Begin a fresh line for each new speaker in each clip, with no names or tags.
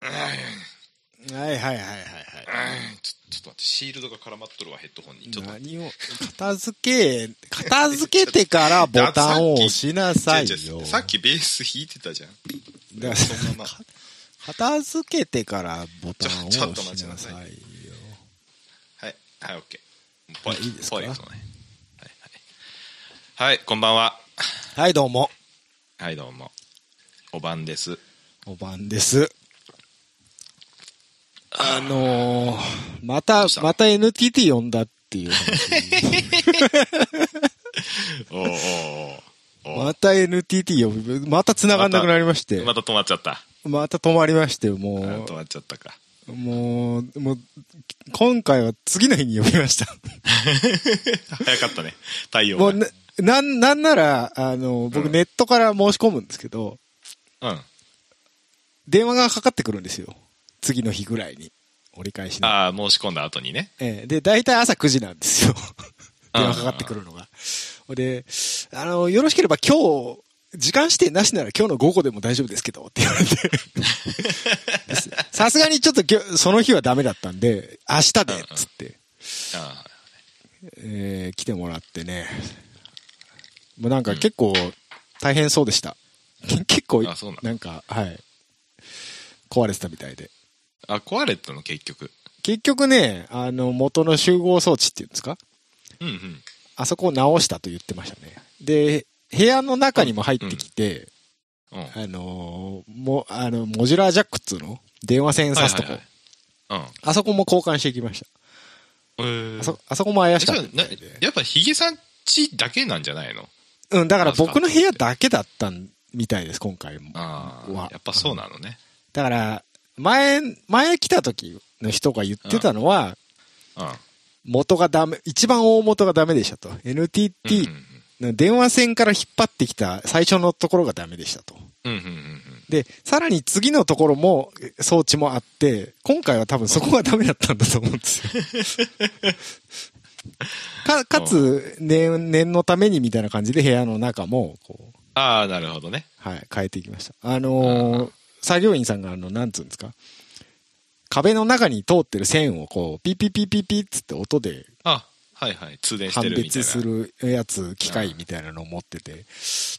はいはいはいはい
ちょちょっと待って、シールドが絡まっとるわ、ヘッドホンに。ちょっと
は
待
い。何を、片付 け、片付けてからボタンを押しなさい
って違う違
よ。
うさっきベース弾いてたじ ゃん。
だから
そのまま
か 片付けてからボタンを
ちょちょっ
押
と待
し
ち
な
なさい
さいよ。
はい、はい、オッケー。パーフェ
いいです
クト
か
ね。はい、はい。はい、こんばんは。
はい、どうも。
はい、どうも。おばんです。
おばんです。あのー、また
うし、た
また NTT 呼んだっていう話。
おーおーお ーおー
また NTT 呼ぶ、また繋がんなくなりまして、
ま
ま
た止まっちゃった。
た止まりまして、
あ
も
止まっちゃったか。
う、もう、もう、今回は次の日に呼びました。
早かったね。太陽
も
が。
うな、なん、なんなら、あの、
う
僕
ん
ネットから申し込むんですけど、
うん。
電話がかかってくるんですよ。次の日ぐらいに。折り返しの。
ああ、申し込んだ後にね。
ええ、で、大体朝9時なんですよ。
うん
電話かかってくるのが。で、あの、よろしければ今日、時間指定なしなら今日の午後でも大丈夫ですけど、って言われ て。さすがにちょっと今日、その日はダメだったんで、明日で、つって、
あ
えー来てもらってね。もうなんか結構、大変そうでした。 結構
あそうな、の
なんか、はい。壊れてたみたいで。
あ、あ壊れたの、結局。
結局ね、あの、元の集合装置っていうんですか
うんうん。
あそこを直したと言ってましたね。で、部屋の中にも入ってきて、
うん。はい
あのーも、あの、モジュラージャックっつうの電話線
は
挿
い
すとこ、
はい。うん。
あそこも交換してきました。
えー
あそ、あそこも怪し
そ
かっ
れ
たみた
ない
で。
やっぱヒゲさんちだけなんじゃないの
うん、だから
なんすか
僕の部屋だけだったみたいです、今回も。
あ
は
あ、やっぱそうなのね。
だから、前、前来た時の人が言ってたのは、
うん。
元がダメ、一番大元がダメでしたと。NTT の電話線から引っ張ってきた最初のところがダメでしたと。
うんうんうんうん
で、さらに次のところもえ装置もあって、今回は多分そこがダメだったんだと思う んですよ。か、かつ、念、念のためにみたいな感じで部屋の中も、こう、
ああ、なるほどね。
はい、変えていきました。あのー作業員さんがあの、なんつうんですか、壁の中に通ってる線をこう、ピッピッピッピッピッつって音で
あ、はいはい。通電し
判
てるみたい
別
な。
するやつ、機械みたいなのを持ってて、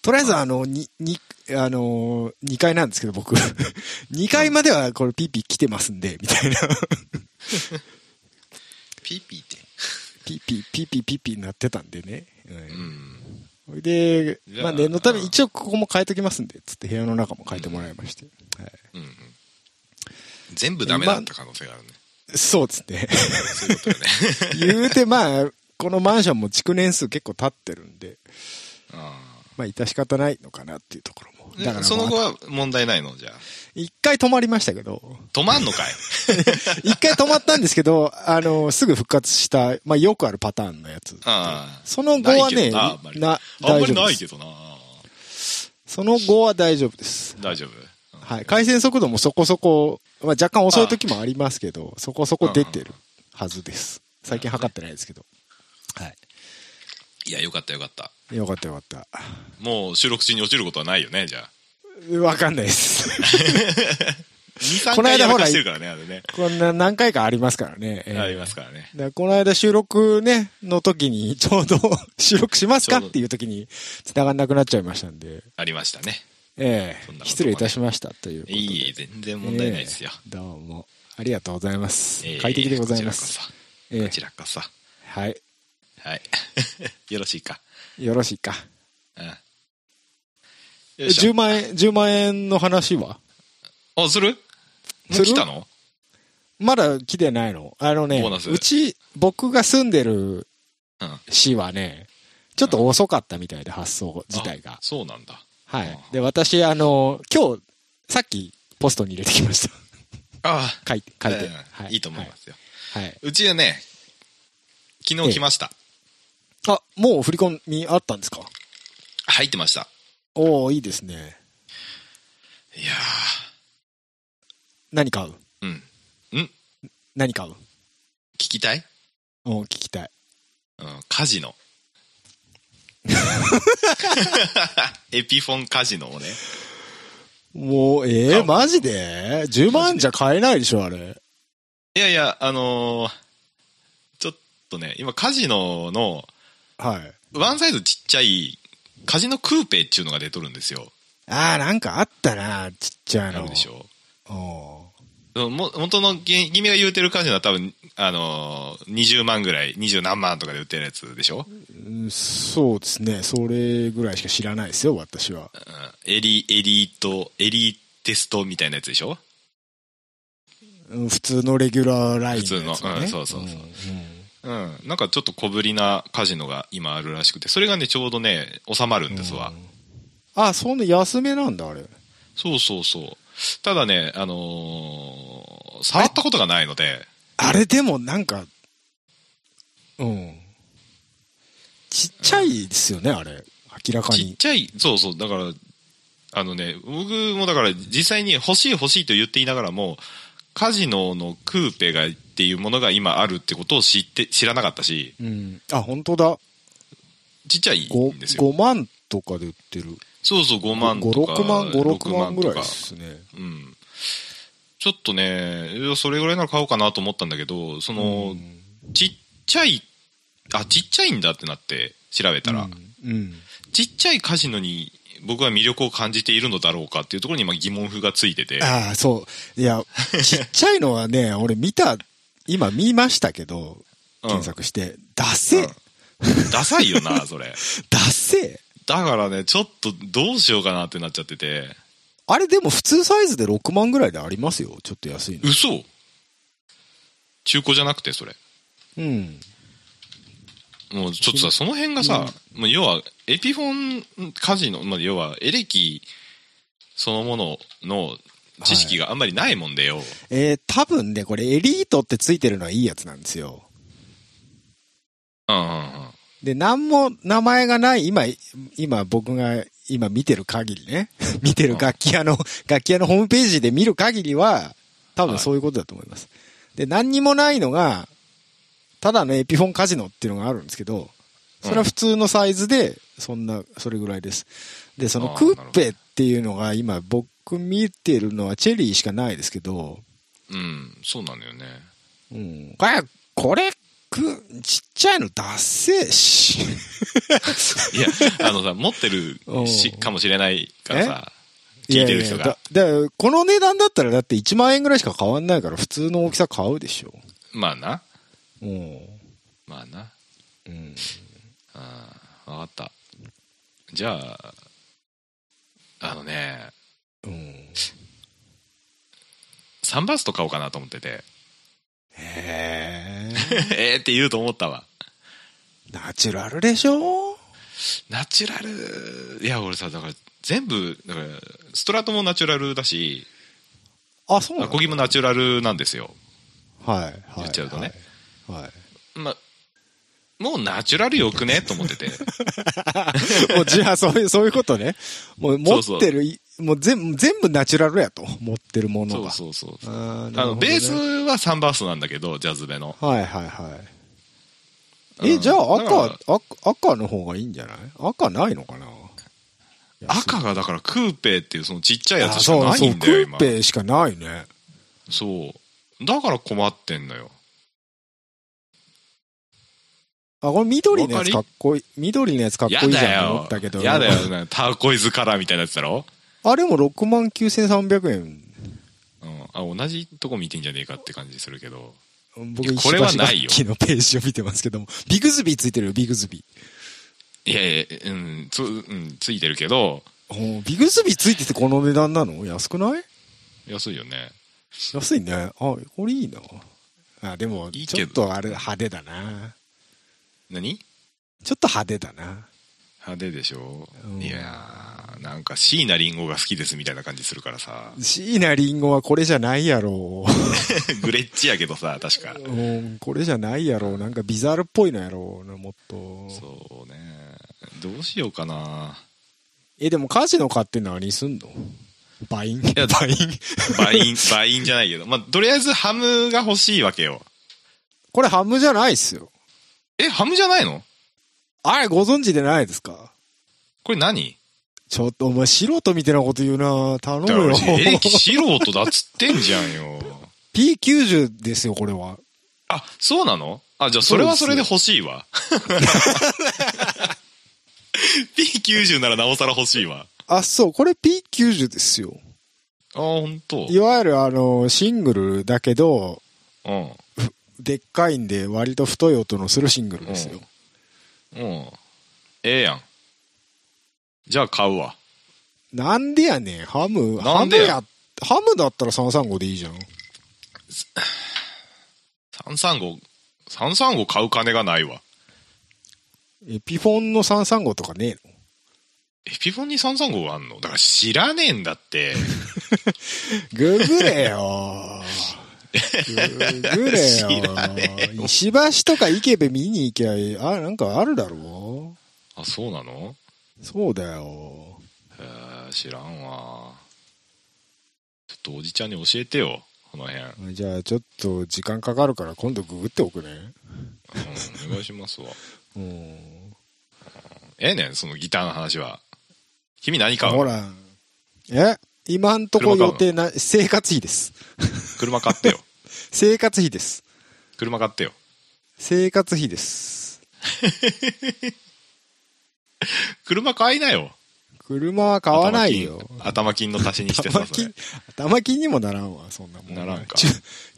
とりあえずあの、に、に、あのー、2階なんですけど僕、2階まではこれピーピー来てますんで、みたいな。
ピーピーって。
ピーピー、ピーピーピーピーなってたんでね。
う
うん
ん。
ほいで、
じゃあ
まあ念のため
うん
一応ここも変えときますんで、つって部屋の中も変えてもらいまして。はい
うんうん。全部ダメだった可能性があるね。
そうですね。
そういうことよね。
言うてまあ、このマンションも築年数結構経ってるんで、
あ
まあ致し方ないのかなっていうところも。
ー
だからまあ、
その後は問題ないのじゃあ。
一回止まりましたけ ど、
止まんのか い
一回止まったんですけど、あの、すぐ復活した、まあ、よくあるパターンのやつ。
ああ。
その後は
ない
ね、
けどなあんまり
な、
あん
大
まり
丈夫
な
で
い
す
け。どな。
その後は大丈夫です。
大丈夫。
はい。回線速度もそこそこ、まあ、若干遅い時もありますけど、そこそこ出てるはずです。最近測ってないですけど。はい
や、よかったよかった。
い。よかったよかった。
もう収録中に落ちることはないよね、じゃあ。
わかんないです。
2、3
この
回
間
や
ほ
ら
ら
かしてるからね、あれね。
こんな何回かありますからね。えー
ありますからね。
だからこの間収録ね、の時に、 ちょうど収録します
ち
か
ょうど
っていう時に、繋がんなくなっちゃいましたんで、
ありましたね。
え
そんなことも
え
ね
失礼いたしましたということで。
いい、全然問題ないですよ。
ええどうも。ありがとうございます
えー。
快適でございます。。え
こ
え
ちらこそ。こちらこ
はい。
そ。はい。 よろしいか。
よろしいか。
うん。
え
よいしょ
10万円、10万円の話は
あ、するもう
する
来たの
まだ来てないの。あのね
ボーナ、ス
うち、僕が住んでる
うん
市はね、ちょっと遅かったみたいで、発想自体が
あ。そうなんだ。
はい。で、私、あの、今日、さっき、ポストに入れてきました。
ああ、
書いて、書いて。
ええ、
はいい。
いと思いますよ。
はい。はいう
ちはね、昨日来ました。
あ、もう振り込みあったんですか
入ってました。
おおいいですね。
いや
何買う
ーうん。
何買う
聞きたい
お聞きたい。
うん、カジノ。 エピフォンカジノをね。
もう、ええ
買おう
マジで ?10 万じゃ買えないでしょ、あれ。
いやいや、あのーちょっとね、今カジノの、
はい。
ワンサイズちっちゃい、カジノクーペっていうのが出とるんですよ。
ああ、なんかあったな、ちっちゃいの。
あるでしょ
おう
も元の君が言うてるカジノは多分、あのー、20万ぐらい、20何万とかで売ってるやつでしょ、
うんそうですね。それぐらいしか知らないですよ、私は。
うん、エリ、エリート、エリーテストみたいなやつでしょ
うん普通のレギュラーラインのや
普
つね、
通のうんそうそうそうんうん。なんかちょっと小ぶりなカジノが今あるらしくて、それがね、ちょうどね、収まるんですわ。
あ、そんな安めなんだ、あれ。
そうそうそう。ただね、あのー触ったことがないので、
あれでもなんか、うん。ちっちゃいですよね、あれ。明らか
ちっ
に。
ちゃい、そうそう、だから、あのね、僕もだから実際に欲しい欲しいと言っていながらも、カジノのクーペがっていうものが今あるってことを知って、知らなかったし、
うん。あ、本当だ。
ちっちゃいんです
5,
よ。
5万とかで売ってる。
そうそう、5万
5、
とか。
6万、5、6万ぐらい
と
で
か
すね。
うん。ちょっとね、いやそれぐらいなら買おうかなと思ったんだけど、その、ちっちゃい、あ、ちっちゃいんだってなって調べたら、
うん。うん。
ちっちゃいカジノに僕は魅力を感じているのだろうかっていうところに今疑問符がついてて。
ああ、そう。いや、ちっちゃいのはね、 俺見た、今見ましたけど、
うん
検索して、ダセ
う
え
んダサいよな、それ。
ダセえ
だからね、ちょっとどうしようかなってなっちゃってて。
あれでも普通サイズで6万ぐらいでありますよ。ちょっと安いの。
嘘中古じゃなくて、それ。
うん。
もうちょっとさ、その辺がさ、もう要は、エピフォンカジノ、まあ、要は、エレキそのものの知識があんまりないもんでよ。
えー、多分ね、これエリートってついてるのはいいやつなんですよ。
うんうんうん。
で、なんも名前がない、今、今僕が今見てる限りね。 見てる楽器屋の、楽器屋のホームページで見る限りは、多分そういうことだと思います。で、何にもないのが、ただのエピフォンカジノっていうのがあるんですけど、それは普通のサイズで、そんな、それぐらいです。で、その
あー
クッペっていうのが今僕見てるのはチェリーしかないですけど、
うん、そうなんだよ ね。
うん。あこれ、く、ちっちゃいのダッセーし。
いや、あのさ、持ってるし
おう
かもしれないからさ、
い
聞
や
い
い
て
や
る人が。
だだこの値段だったらだって1万円ぐらいしか変わんないから普通の大きさ買うでしょ。
まあな、
うん。
まあな。
うん。
ああ、わかった。じゃあ、あのね、
うん。
サンバースト買おうかなと思って て。
へえ。
えーって言うと思ったわ。
ナチュラルでしょ
ナチュラル、いや、俺さ、だから、全部、だから、ストラトもナチュラルだし、
あ、そうな
ア
のは
コギもナチュラルなんですよ。
い。はい。
言っちゃうとね
はい。は
ま、もうナチュラルよくねと思って て。
い。もうじゃあそういう、そういうことね。もう持
そ
っ
うそう
てる、いもう全全部ナチュラルやと。持ってるもの
そう
が。
そうそう。
あー
あの、ベー。
なるほ
ス
どね
はサンバーストなんだけど、ジャズベの。
はいはいはい。
う
え、
ん
じゃあ
だから
赤、赤、赤の方がいいんじゃない赤ないのかな
赤がだからクーペっていうそのちっちゃいや
あ
つしか
そう
な
そ
い
うんク
だよ、
ッ
今。
ペしかないね。
そう。だから困ってんのよ。
あ、これ緑のや
わか
つ
り
かっこいい。緑のやつかっこ
や
いいじ
だ
ゃんと思
よ
ったけど。。
やだよ。なターコイズカラーみたいなやつだろ
あれも69,300円。
うん。あ、同じとこ見てんじゃねえかって感じするけど。
僕、
これはないよ
石橋楽器のページを見てますけども。ビグズビーついてるよ、ビグズビ
いやいや、うん、つ、うん、ついてるけど、
ー。おビグズビーついててこの値段なの安くない
安いよね。
安いね。あ、これいいな。あ、でも、
いい
ち
け
ょっ
ど
とあれ、派手だな。
何
ちょっと派手だな。
派手でしょ、
うん。
いやー、なんか椎名林檎が好きですみたいな感じするからさ
椎名林檎はこれじゃないやろう。
グレッチやけどさ、確か。
うん、これじゃないやろう。なんかビザールっぽいのやろうな、もっと。
そうね。どうしようかな。
え、でもカジノ買って何すんのバイン
や
バイン。
倍ン 倍ンじゃないけど。まあ、とりあえずハムが欲しいわけよ。
これハムじゃないっすよ。
え、ハムじゃないの
あれ、ご存知でないですか
これ何
ちちょっとお前素人みたいなこと言うな頼む
だから
よ。
俺エレキ 素人だっつってんじゃんよ。
P90 ですよ、これは。
あ、そうなのあ、じゃあそれはそれで欲しいわ。P90 ならなおさら欲しいわ。
あ、そう、これ P90 ですよ。
あ、本当。
いわゆるあの、シングルだけど、
うん。
でっかいんで割と太い音のするシングルですよ。
うん。ええやん。じゃあ買うわ。
なんでやねん、ハム、ハ
なん
ム
でや
や、ハムだったら335でいいじゃん。
335、335買う金がないわ。
え、ピフォンの335とかねえの
エピフォンに335あんのだから知らねえんだって。
ググれ よ。ググれよ
知らねえ。よ
石橋とか池部見に行きゃいい、あ、なんかあるだろ
あ、そうなの
うそうだよ。
えー知らんわ。ちょっとおじちゃんに教えてよ。この辺。うん、
じゃあちょっと時間かかるから今度ググっておくね。
お願いしますわ。
うん。
ええねん、そのギターの話は。君何買うの
ほら。え今んとこ
車買う
予
の
定な、生活費です。
車買ってよ。
生活費です。
車買ってよ。
生活費です。
車買いなよ。
車は買わないよ。
頭金頭金の足しにしてさ、
頭
それ
金。、頭金にもならんわ、そんなもん。
ならんか
駐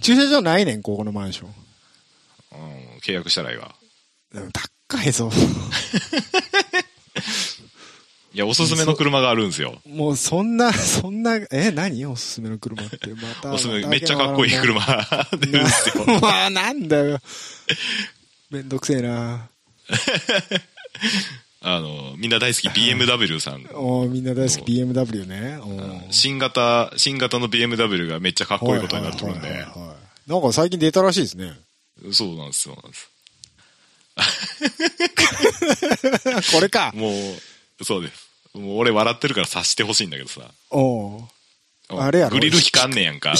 駐車場ないねん、ここのマンション。
うん、契約したらいいわ。
うん高いぞ。
いや、おすすめの車があるんですよ。
もうそんな、そんな、え、何おすすめの車って。また。
おすす
ま
め、
た
めっちゃかっこいい車出るんですよ。
な まあ、なんだよ。めんどくせえな。
あの、みんな大好き BMW さん。
おーみんな大好き BMW ね。おー
新型、新型の BMW がめっちゃかっこいいことになってくるん
はい
で
は。いはいはいなんか最近出たらしいですね。
そうなんです、そうなんです。
これか。
もう、そうです。もう俺笑ってるから察してほしいんだけどさ。
おうあれやろ
グリル光んねやんか。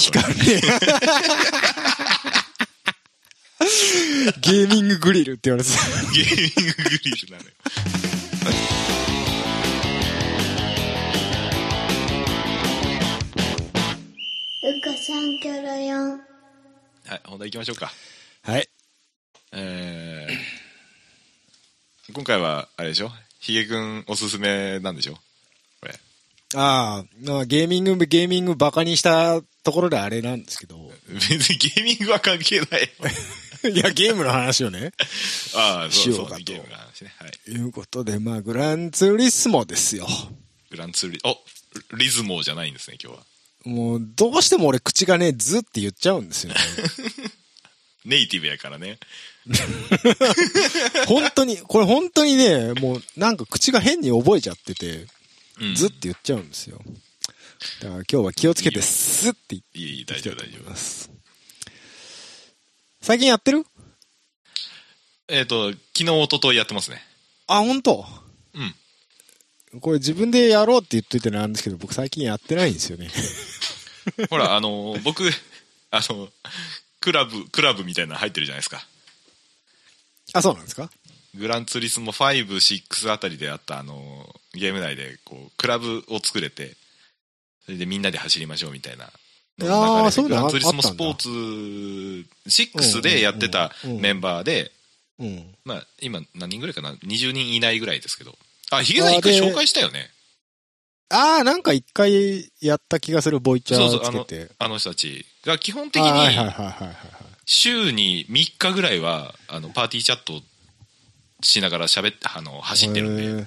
ゲーミンググリルって言われてた。
ゲーミンググリルなのよ。
うかさんキョロヨン。
はい、本題行きましょうか。
はい。
えー、今回は、あれでしょヒゲくんおすすめなんでしょこれ。
ああ、まあゲーミング、ゲーミングバカにしたところであれなんですけど。
別にゲーミングは関係ないよ。
いや、ゲームの話をね。
ああ、そう
し
そ
よう
う
かと
ゲームの話ね。はい。
いうことで、まあ、グランツーリスモですよ。
グランツーリ、おリズモーじゃないんですね、今日は。
もう、どうしても俺口がね、ズって言っちゃうんですよね。
ネイティブやからね。
本当に、これ本当にね、もうなんか口が変に覚えちゃってて、
うん。
ズって言っちゃうんですよ。だから今日は気をつけて、スって言って
いいいい、
い
大
き
丈
たい
夫、
と
大
思
丈
い
夫
ま。す。最近やってる
えっ、と、昨日、一昨日やってますね。
あ、本当
うん。
これ自分でやろうって言っといてなんですけど、僕最近やってないんですよね。
ほら、あのー、僕、あの、クラブ、クラブみたいなの入ってるじゃないですか。
あ、そうなんですか
グランツーリスモ5、6あたりであった、あのー、ゲーム内で、こう、クラブを作れて、それでみんなで走りましょうみたいな。
あーそういう
グ
の
ラ
あ
ンツーリス
あっ
モ
た
ス
んだ
ポーツ6でやってた
うんうんうんうん
メンバーで、
うん。
まあ、今何人ぐらいかな ?20 人いないぐらいですけど。あ、ヒゲさん
あ
一回
で
紹介したよね。
ああ、なんか一回やった気がする、ボイチャ
そう
ー
そう
つけて。
あの人たちが基本
あ
的
はいはいは
に
いはいはいはい。
週に3日ぐらいは、あの、パーティーチャットしながら喋って、あの、走ってるん
へ
で。
ー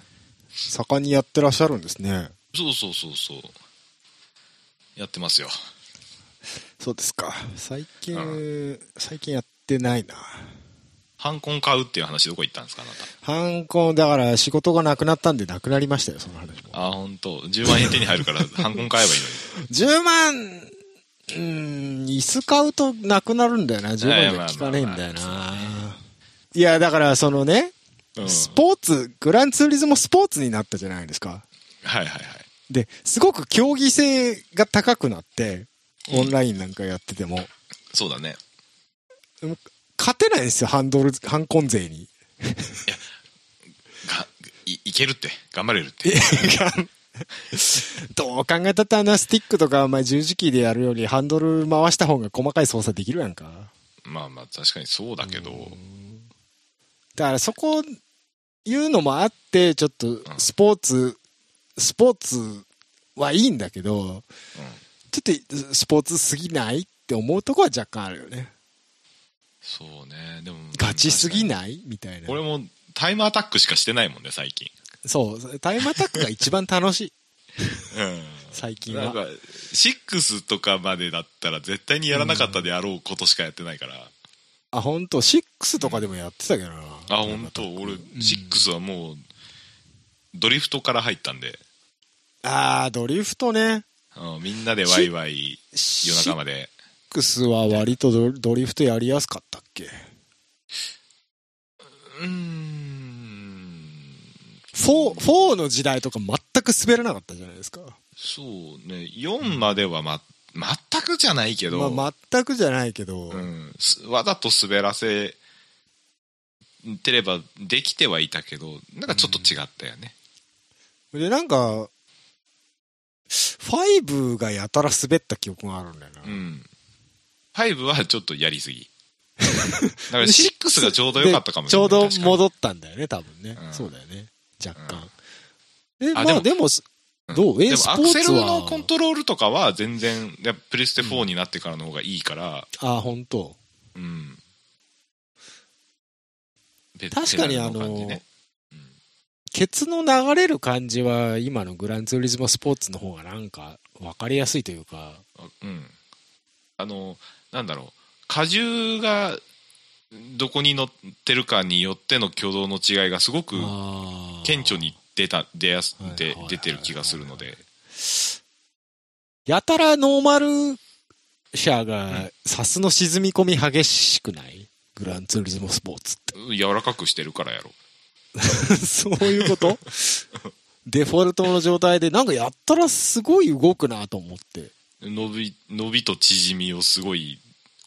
盛んにやってらっしゃるんですね。
そうそうそうそう。やってますよ。
そうですか。最近、
う
最近やってないな。
ハンコン買うっていう話どこ行ったんですかあな
反抗、だから仕事がなくなったんでなくなりましたよ、その話も。
た。あ、本当10万円手に入る から、ハンコン買えばいいのに。
10万、うーん、椅子買うとなくなるんだよな。10
いやいや
万じ
ま
ゃ
あ
効かねえんだよ
ま
な。いや、だからそのね、
うん
スポーツ、グランツーリズムスポーツになったじゃないですか。
はいはいはい。
で、すごく競技性が高くなって、オンラインなんかやってても、
そうだね。
勝てないんですよ、ハンドル、ハンコン勢に。
がいいけるって。頑張れるって。
いやどう考えたってあんなスティックとか、まあ、十字キーでやるよりハンドル回した方が細かい操作できるやんか。
まあまあ確かにそうだけど、
だからそこ、いうのもあって、ちょっとスポーツ、スポーツはいいんだけど、ちょっとスポーツすぎないって思うとこは若干あるよね。
そうねでも
ガチすぎ
い
ないみたいな。
俺もタイムアタックしかしてないもんね最近
そう、タイムアタックが一番楽しい、
う
最近
んなん
は。
か6とかまでだったら絶対にやらなかったであろうことしかやってないから、
あ、本当6とかでもやってたけどな。
あ本当俺6はもうドリフトから入ったんで、
あー、ドリフトね。
うんみんなでワイワイ夜中まで
6は割とドドリフトやりやすかったっけ
うーん
?4、4の時代とか全く滑らなかったじゃないですか。
そうね4までは、ま、全くじゃないけど、
まあ、全くじゃないけど、
うん、すわざと滑らせてればできてはいたけどなんかちょっと違ったよね、
で、なんか、5がやたら滑った記憶があるんだよな。
うん、5はちょっとやり すぎだから
で
6がちょうど良かったかもしれない
でちょうど
確か
戻ったんだよね、多分ね。
うん
そうだよね。若干。え、
あ
まあ
で
でも、す
に
どうえ
で
ス
も
ポー
ア
ツ
ク
は
セルのコントロールとかは全然いやプレステ4になってからの方がいいから、
あ、本当
うん、ベテラン
確かにあの、
感じね
ケツの流れる感じは、今のグランツーリズムスポーツの方がなんか、わかりやすいというか、
あうん、あのなんだろう荷重がどこに乗ってるかによっての挙動の違いがすごく
あー
顕著に出た出やす
はい
で
はい
出てる気がするので
やたらノーマル車が、サスの沈み込み激しくないグランツーリズムスポーツっ
柔らかくしてるからやろ
て。 そういうことデフォルトの状態で、なんかやったらすごい動くなと思って。
伸び伸びと縮みをすごい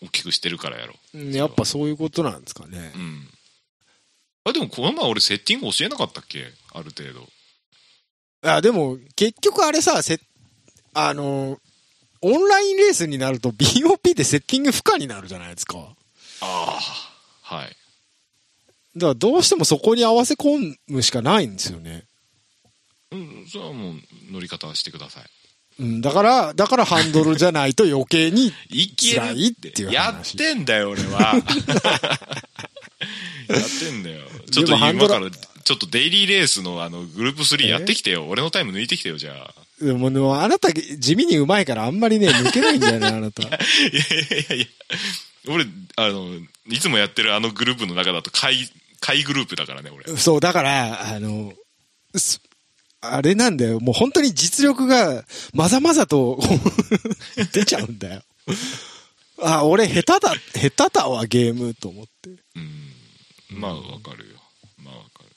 大きくしてるからやろ
うんやっぱそういうことなんですかね
う。んあでもこの前俺セッティング教えなかったっけある程度
あ、でも、結局あれさ、せ、あの、オンラインレースになると BOP でセッティング不可になるじゃないですか。
ああはい
だからどうしてもそこに合わせ込むしかないんですよね。
うんそれはもう乗り方はしてください
うん、だから、だからハンドルじゃないと余計に
いける
辛いっていう話
やってんだよ俺 はやってんだよちょっと
でもハンド
今
ル
からちょっとデイリーレースのあのグループ3やってきてよ俺のタイム抜いてきてよじゃあ
でもね、あなた地味にうまいからあんまりね、抜けないんだよね、あなた。
いやいやいやいや俺あのいつもやってるあのグループの中だと下位下位グループだからね俺
そう、だから、あの、すあれなんだよ。もう本当に実力がまざまざと 出ちゃうんだよ。あ、俺下手だ、下手だわ、ゲームと思って。
うんまあわかるよまあわかる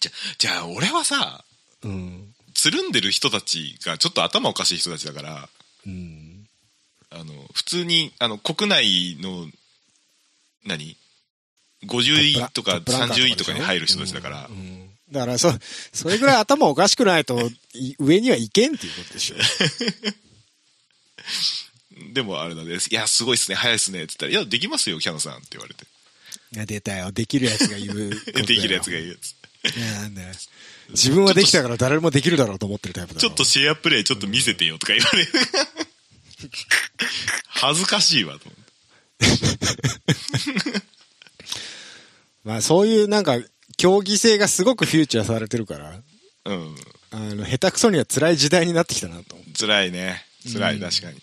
じゃじゃあ俺はさ
うん。
つるんでる人たちがちょっと頭おかしい人たちだから
うん。
あの普通にあの国内の何50位とか
トップランカー
30位とか
で
に
しょ
入る人たちだから
うん、うんだから、そ、それぐらい頭おかしくないと、い上にはいけんっていうことでしょ。
でもあれなんです「いやすごいっすね早いっすね」って言ったら「いやできますよキャノさん」って言われて
いや出たよ。できるやつが言うこと
「
だ よ。
できるやつがいいやつ」
いやなんだよ自分はできたから誰もできるだろうと思ってるタイプだ
ちょっとシェアプレイちょっと見せてよとか言わ れる。恥ずかしいわと思って。
まあそういうなんか、競技性がすごくフューチャーされてるから、
う。
あの、下手くそには辛い時代になってきたなと思うん
辛いね。辛い、確かに。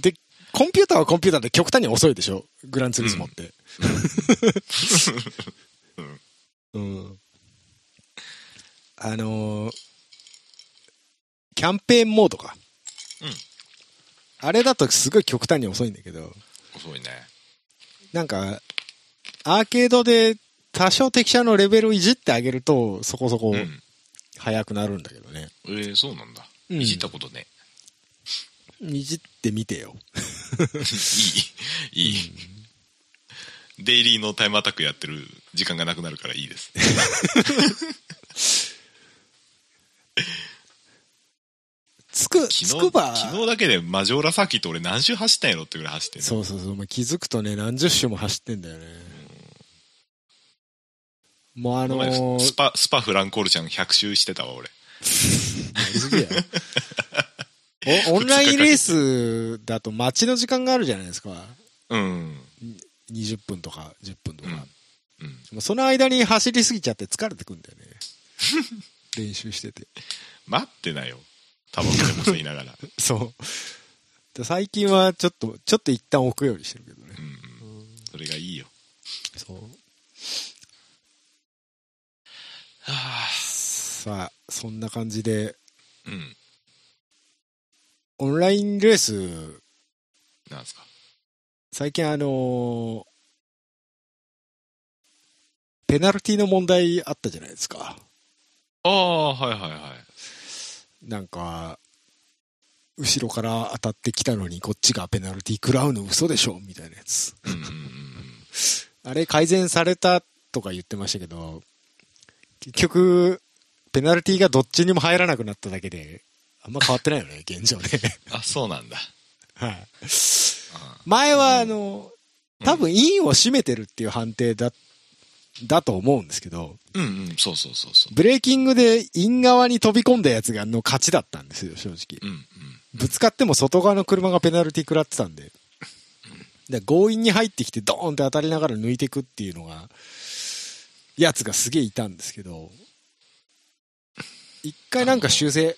で、コンピューターはコンピューターで極端に遅いでしょグランツーリスモって。うん。あのーキャンペーンモードか。
うん
あれだとすごい極端に遅いんだけど、
遅いね。
なんか、アーケードで多少敵車のレベルをいじってあげると、そこそこ
うん。
速くなるんだけどね。
えー、そうなんだ。
うん
いじったことね。
いじってみてよ。
いい。いい。デイリーのタイムアタックやってる時間がなくなるからいいです。
く、
昨
つ
日
くば、
昨日だけでマジョーラサーキット俺何周走ったんやろってぐらい走ってる
そうそうそう、もう気づくとね、何十周も走ってんだよね。もうあ
この
の
前
ー、
スパスパフランコールちゃん100周してたわ俺
やりすぎや おオンラインレースだと待ちの時間があるじゃないですか。
うん
20分とか10分とか。
うんうん
もうその間に走りすぎちゃって疲れてくんだよ ね。練習してて。
待ってなよタバコでも吸いながら
そう。で最近はちょっと、ちょっと一旦置くようにしてるけどね。
うんそれがいいよ
そう。
は
さあ、そんな感じで、
あうん
オンラインレース、
なんすか
最近あのーペナルティの問題あったじゃないですか。
ああはいはいはい
なんか、後ろから当たってきたのにこっちがペナルティ食らうの嘘でしょみたいなやつ。
うんうんうん
あれ改善されたとか言ってましたけど、結局、ペナルティがどっちにも入らなくなっただけで、あんま変わってないよね、 現状ね。
あそうなんだ
はい。
あ
前は、あの、
うん
多分、インを占めてるっていう判定だ、だと思うんですけど、
うんうんそうそうそうそ
ブレーキングでイン側に飛び込んだやつがの勝ちだったんですよ、正直。
ううんうん
ぶつかっても外側の車がペナルティ食らってたんで。で強引に入ってきてドーンって当たりながら抜いてくっていうのが、やつがすげえいたんですけど、一回なんか修正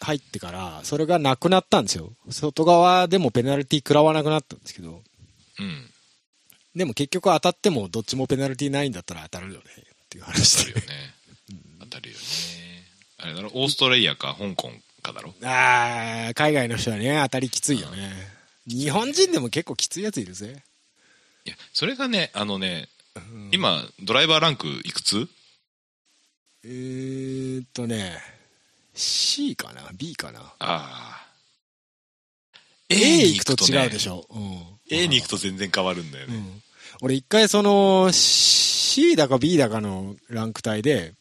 入ってから、それがなくなったんですよ。外側でもペナルティ食らわなくなったんですけど、
うん
でも結局当たってもどっちもペナルティないんだったら当たるよねっていう
当
話
たる
で
よ。ね当たるよねあれだろオーストラリアか香港かだろ
あー、海外の人はね、当たりきついよね。日本人でも結構きついやついるぜ。
いやそれがねあのね
うん
今ドライバーランクいくつ
えーっとね、C かな ?B かな
ああ
?A 行くと違うで
ょ
しょ。うん、
A に行くと全然変わるんだよ
う
ね。
ん俺一回その C だか B だかのランク帯で、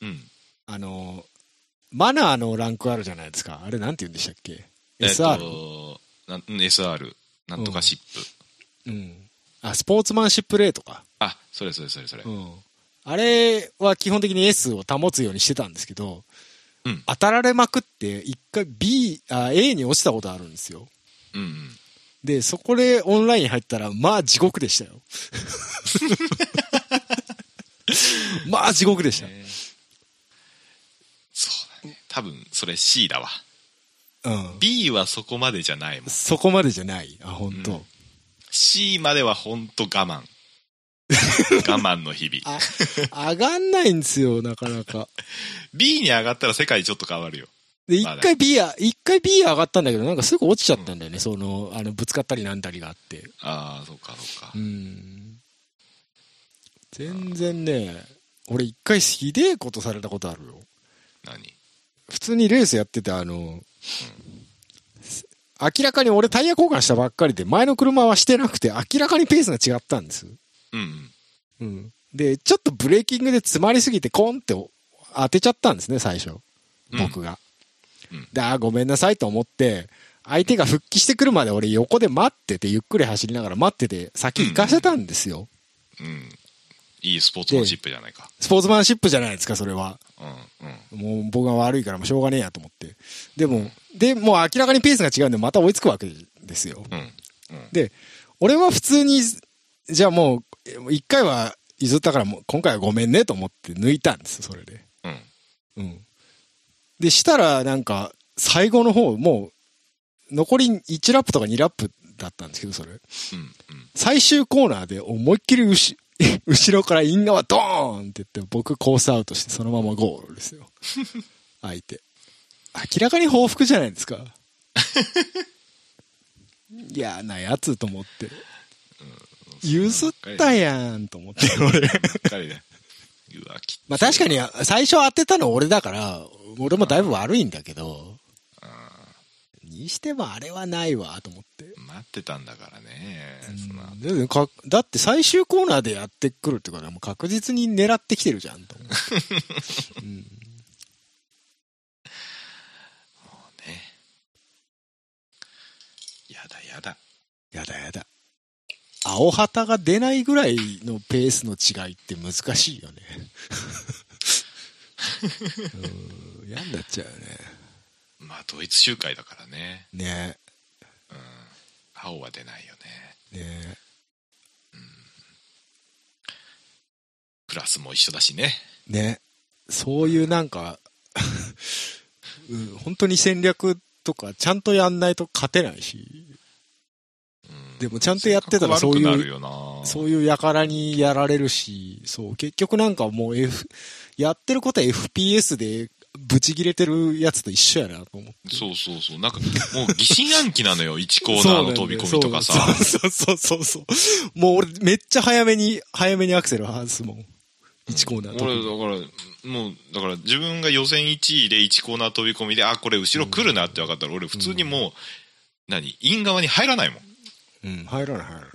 うん。
あの、マナーのランクあるじゃないですか。あれなんて言うんでしたっけ
えっ
?SR、
となん SR、なんとかシップ。
うん。あ、スポーツマンシップレートか。
あ、それそれそれそれ。
う。
うん
あれは基本的に S を保つようにしてたんですけど、
うん
当たられまくって一回 B、あ、A に落ちたことあるんですよ。
んうん。
で、そこでオンライン入ったら、まあ地獄でし たよ。まあ地獄でした。
ねそうだね。多分それ C だわ。
うん。
B はそこまでじゃないもん。
そこまでじゃない。あ、本当、
うん C まではほんと我 慢。我慢の日々。
あ、上がんないんですよ、なかなか。
B に上がったら世界ちょっと変わるよ。
で、
まあ
一
ね
回 B や、一回 B 上がったんだけど、なんかすぐ落ちちゃったんだよね。その、あの、ぶつかったりなんたりがあって。
ああ、そうかそうか
う。ん。全然ね、俺一回ひでえことされたことあるよ。
何
普通にレースやってて、あの、明らかに俺タイヤ交換したばっかりで、前の車はしてなくて、明らかにペースが違ったんです。
うんうん。
うん。で、ちょっとブレーキングで詰まりすぎて、コンって当てちゃったんですね、最初。僕が。
うん
で、あーごめんなさいと思って、相手が復帰してくるまで俺横で待ってて、ゆっくり走りながら待ってて、先行かせたんですよ。
うん。いいスポーツマンシップじゃないか。
スポーツマンシップじゃないですか、それは。
うんうん。
もう僕が悪いからもうしょうがねえやと思って。でも、で、もう明らかにペースが違うんで、また追いつくわけですよ。
うん。うん。
で、俺は普通に、じゃあもう、一回は譲ったからもう、今回はごめんねと思って抜いたんです、それで。
うん。
うん。で、したら、なんか、最後の方、もう、残り1ラップとか2ラップだったんですけど、それ。
うん。うん。
最終コーナーで思いっきり後、 後ろからイン側ドーンって言って、僕コースアウトして、そのままゴールですよ。相手。明らかに報復じゃないですか。嫌なやつと思って。譲ったやんと思って、俺。
ばっかりね。 うわ、きっ
まあ確かに、最初当てたの俺だから、俺もだいぶ悪いんだけど、にしてもあれはないわ、と思って。
待ってたんだからね。その
だってかだって最終コーナーでやってくるってことはもう確実に狙ってきてるじゃんと思う、うん、
ね。やだやだ。
やだやだ。青旗が出ないぐらいのペースの違いって難しいよね。うーん嫌になっちゃうよ
まあ、ドイツ集会だからね。
ね。ね
青は出ないよね。
え。ねえ。
クラスも一緒だしね。
ね。そういうなんか、 うん、本当に戦略とかちゃんとやんないと勝てないし、
うん、
でもちゃんとやってたらそうい
性
う
格悪くなるよな
そういう輩にやられるし、そう、結局なんかもう F、やってることは FPS でブチ切れてるやつと一緒やなと思って。
そうそうそう。なんか、もう疑心暗鬼なのよ。1コーナーの飛び込みとかさ。
そうそうそうそうそう。もう俺めっちゃ早めに、早めにアクセル外すもん。1コーナーとか
俺、だから、もう、だから自分が予選1位で1コーナー飛び込みで、あ、これ後ろ来るなって分かったら、俺普通にもう、何イン側に入らないもん。
うん、入らない入らない。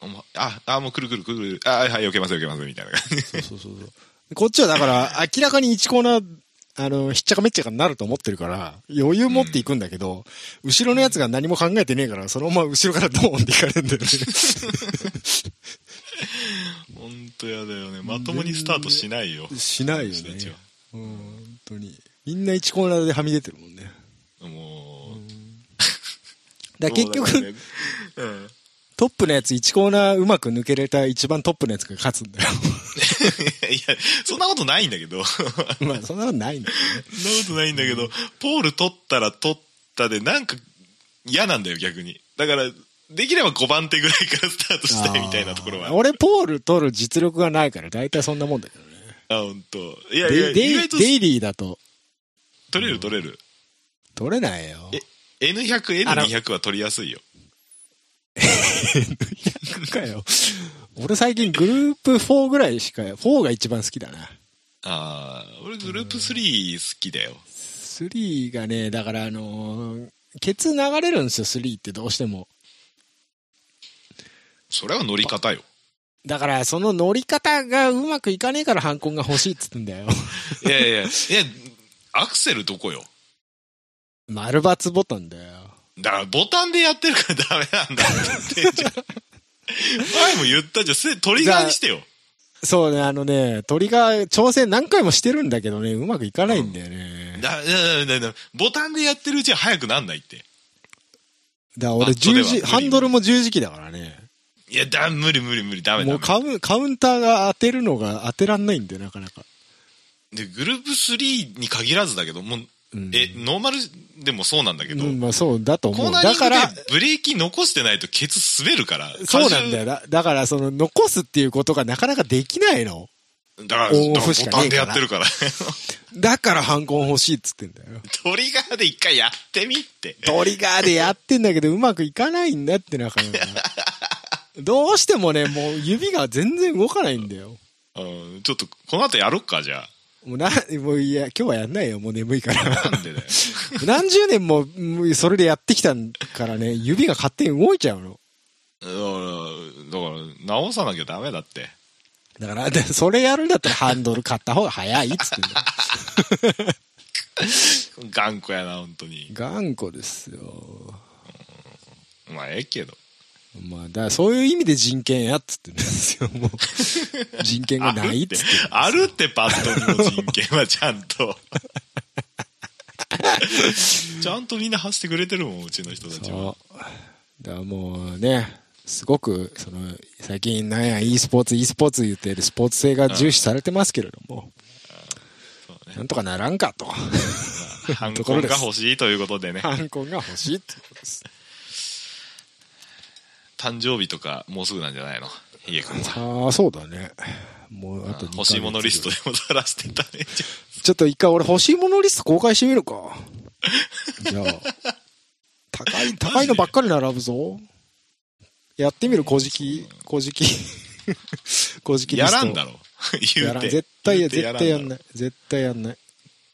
あもうあ、あ、もう来る来る来る来る。あ、はい、避けます避けます、みたいな感じ。
そうそうそうそう。こっちはだから、明らかに1コーナー、あの、ひっちゃかめっちゃかになると思ってるから、余裕持っていくんだけど、後ろのやつが何も考えてねえから、そのまま後ろからドーンっていかれるんだよね。
ほんとやだよね。まともにスタートしないよ。
しないよ
私たちは
ね。うん、本当に。みんな1コーナーではみ出てるもんね。
もう。
だから結
そうだ
局、
よね うん。
トップのやつ1コーナーうまく抜けれた一番トップのやつが勝つ んだよ。
いや、そんなことないんだけど。そんなこ
まあ、そんなのないんだけどね。
とないんだけど、ポール取ったら取ったで、なんか嫌なんだよ、逆に。だから、できれば5番手ぐらいからスタートしたいみたいなところは
あー。俺、ポール取る実力がないから、大体そんなもんだけどね。
あ、本当。いやいや、
デ
意
デイ
外と
デイリーだと
取れる取れる。
取れないよ。
え N100、
あの
N200 は取りやすいよ。
かよ。俺最近グループ4ぐらいしか、4が一番好きだな。
ああ、俺グループ3好きだよ。
3がね、だからあのーケツ流れるんですよ、3ってどうしても。
それは乗り方よ。
だからその乗り方がうまくいかねえからハンコンが欲しいっつってんだよ。
いやいやいや、アクセルどこよ。
丸抜ボタンだよ。
だからボタンでやってるからダメなんだって言ってんじゃん前も言ったじゃんせ。トリガーにしてよ。
そうね、あのね、鳥が調整何回もしてるんだけどね、うまくいかないんだよね。
だだだだだボタンでやってるうちは早くなんないって。
だから俺
バットで
十
は
字、
無理
ハンドルも十字キーだからね。
いや、だ、無理無理無理、ダメ
も
ダ
う
メ。
カウンカウンターが当てるのが当てらんないんだよ、なかなか。
で、グループ3に限らずだけど、もう、
うん
え、ノーマルでもそうなんだけど、
うん、まあそうだと
コ
思
ー
う。
ナー
だ
リング
か
で
ら、
ブレーキ残してないとケツ滑るから。
そうなんだよ
よ。
だ。だから、その、残すっていうことがなかなかできないの。
だから、だ
オンオ
から
フ
ボ
しか
タ
ねえ
ンで
から
やってるから。
だから、ハンコン欲しいっつってんだよ。
トリガーで一回やってみって。
トリガーでやってんだけど、うまくいかないんだって、なかなか。どうしてもね、もう指が全然動かないんだよ。
うん、ちょっと、この後やろっか、じゃあ。
もうな、もういや、今日はやんないよ、もう眠いから。
なんでだよ。
何十年も、もうそれでやってきたからね、指が勝手に動いちゃうの。
だから、だから直さなきゃダメだって。
だから、でそれやるんだったらハンドル買った方が早いっつってんだよ。
頑固やな、本当に。
頑固ですよ。
まあ、ええけど。
まあ、だからそういう意味で人権やっつってんですよ、もう。人権がないっつって。
あるって、パッと見の人権はちゃんと。 ちゃんとみんな走ってくれてるもん、うちの人たちは。
そう。だからもうね、すごく、その、最近なんや、e スポーツ、e スポーツ言ってるスポーツ性が重視されてますけれども、
そうね
なんとかならんかと。
ハン
と
コ
ころ
ン
です
が欲しいということでね。
ハンコンが欲しいってことです。
誕生日とか、もうすぐなんじゃないのヒゲ君は。
ああ、そうだね。もう、あと
欲しいものリスト
ト。
でもさらしてた ね。じゃ
ちょっと一回俺欲しいものリスト公開してみる か。じゃあ、高い、高いのばっかり並ぶぞ。やってみる、こじき、こじ き。こじき
あ
リス
やら
ト。
んだろ。 言
や
う
らん
て。
絶対
言
や、
うて
絶対やん
だろ
ない。絶対やんない。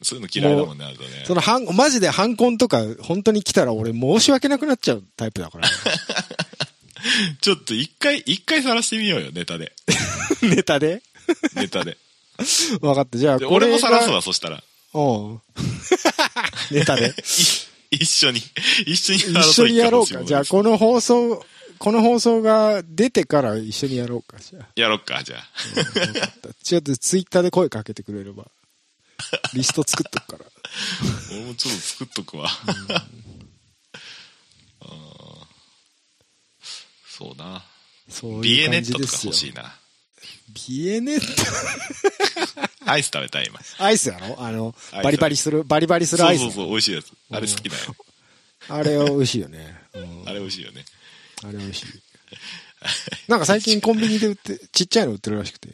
そういうの嫌いだもんね、あとね
そ。の、ハン、マジでハンコンとか、本当に来たら俺申し訳なくなっちゃうタイプだから。
ちょっと一回、一回さらしてみようよ、ネタ で。
ネタで。
ネタで。
分かった。じゃあ、
で
これ
俺もさらす
が
わ、そしたら。
うん。ネタで。
一緒に、 一緒に
一緒にやろうか。じゃあ、
こ
この放送、この放送が出てから一緒にやろうか。じ ゃあ
やろうか、じゃあ。
ちょっとツイッターで声かけてくれれば。リスト作っとくから。
俺もちょっと作っとくわ。 あーそうな。
そう
ビ
い
エ
う
ネ
感
ッ
じ
ト
で
とか
すよ
欲。しいな。
ビエネット
アイス食べたい、今。
アイスやろあの
アイス、
バリバリする、バリバリする
そ
ア
う
イス。
そうそう、美味しいやつ。あれ好きだよ。
あれ美味しいよね。うん
あれ美味しいよね。
あれ美味しい。なんか最近コンビニで売って、ちっちゃいの売ってるらしくて。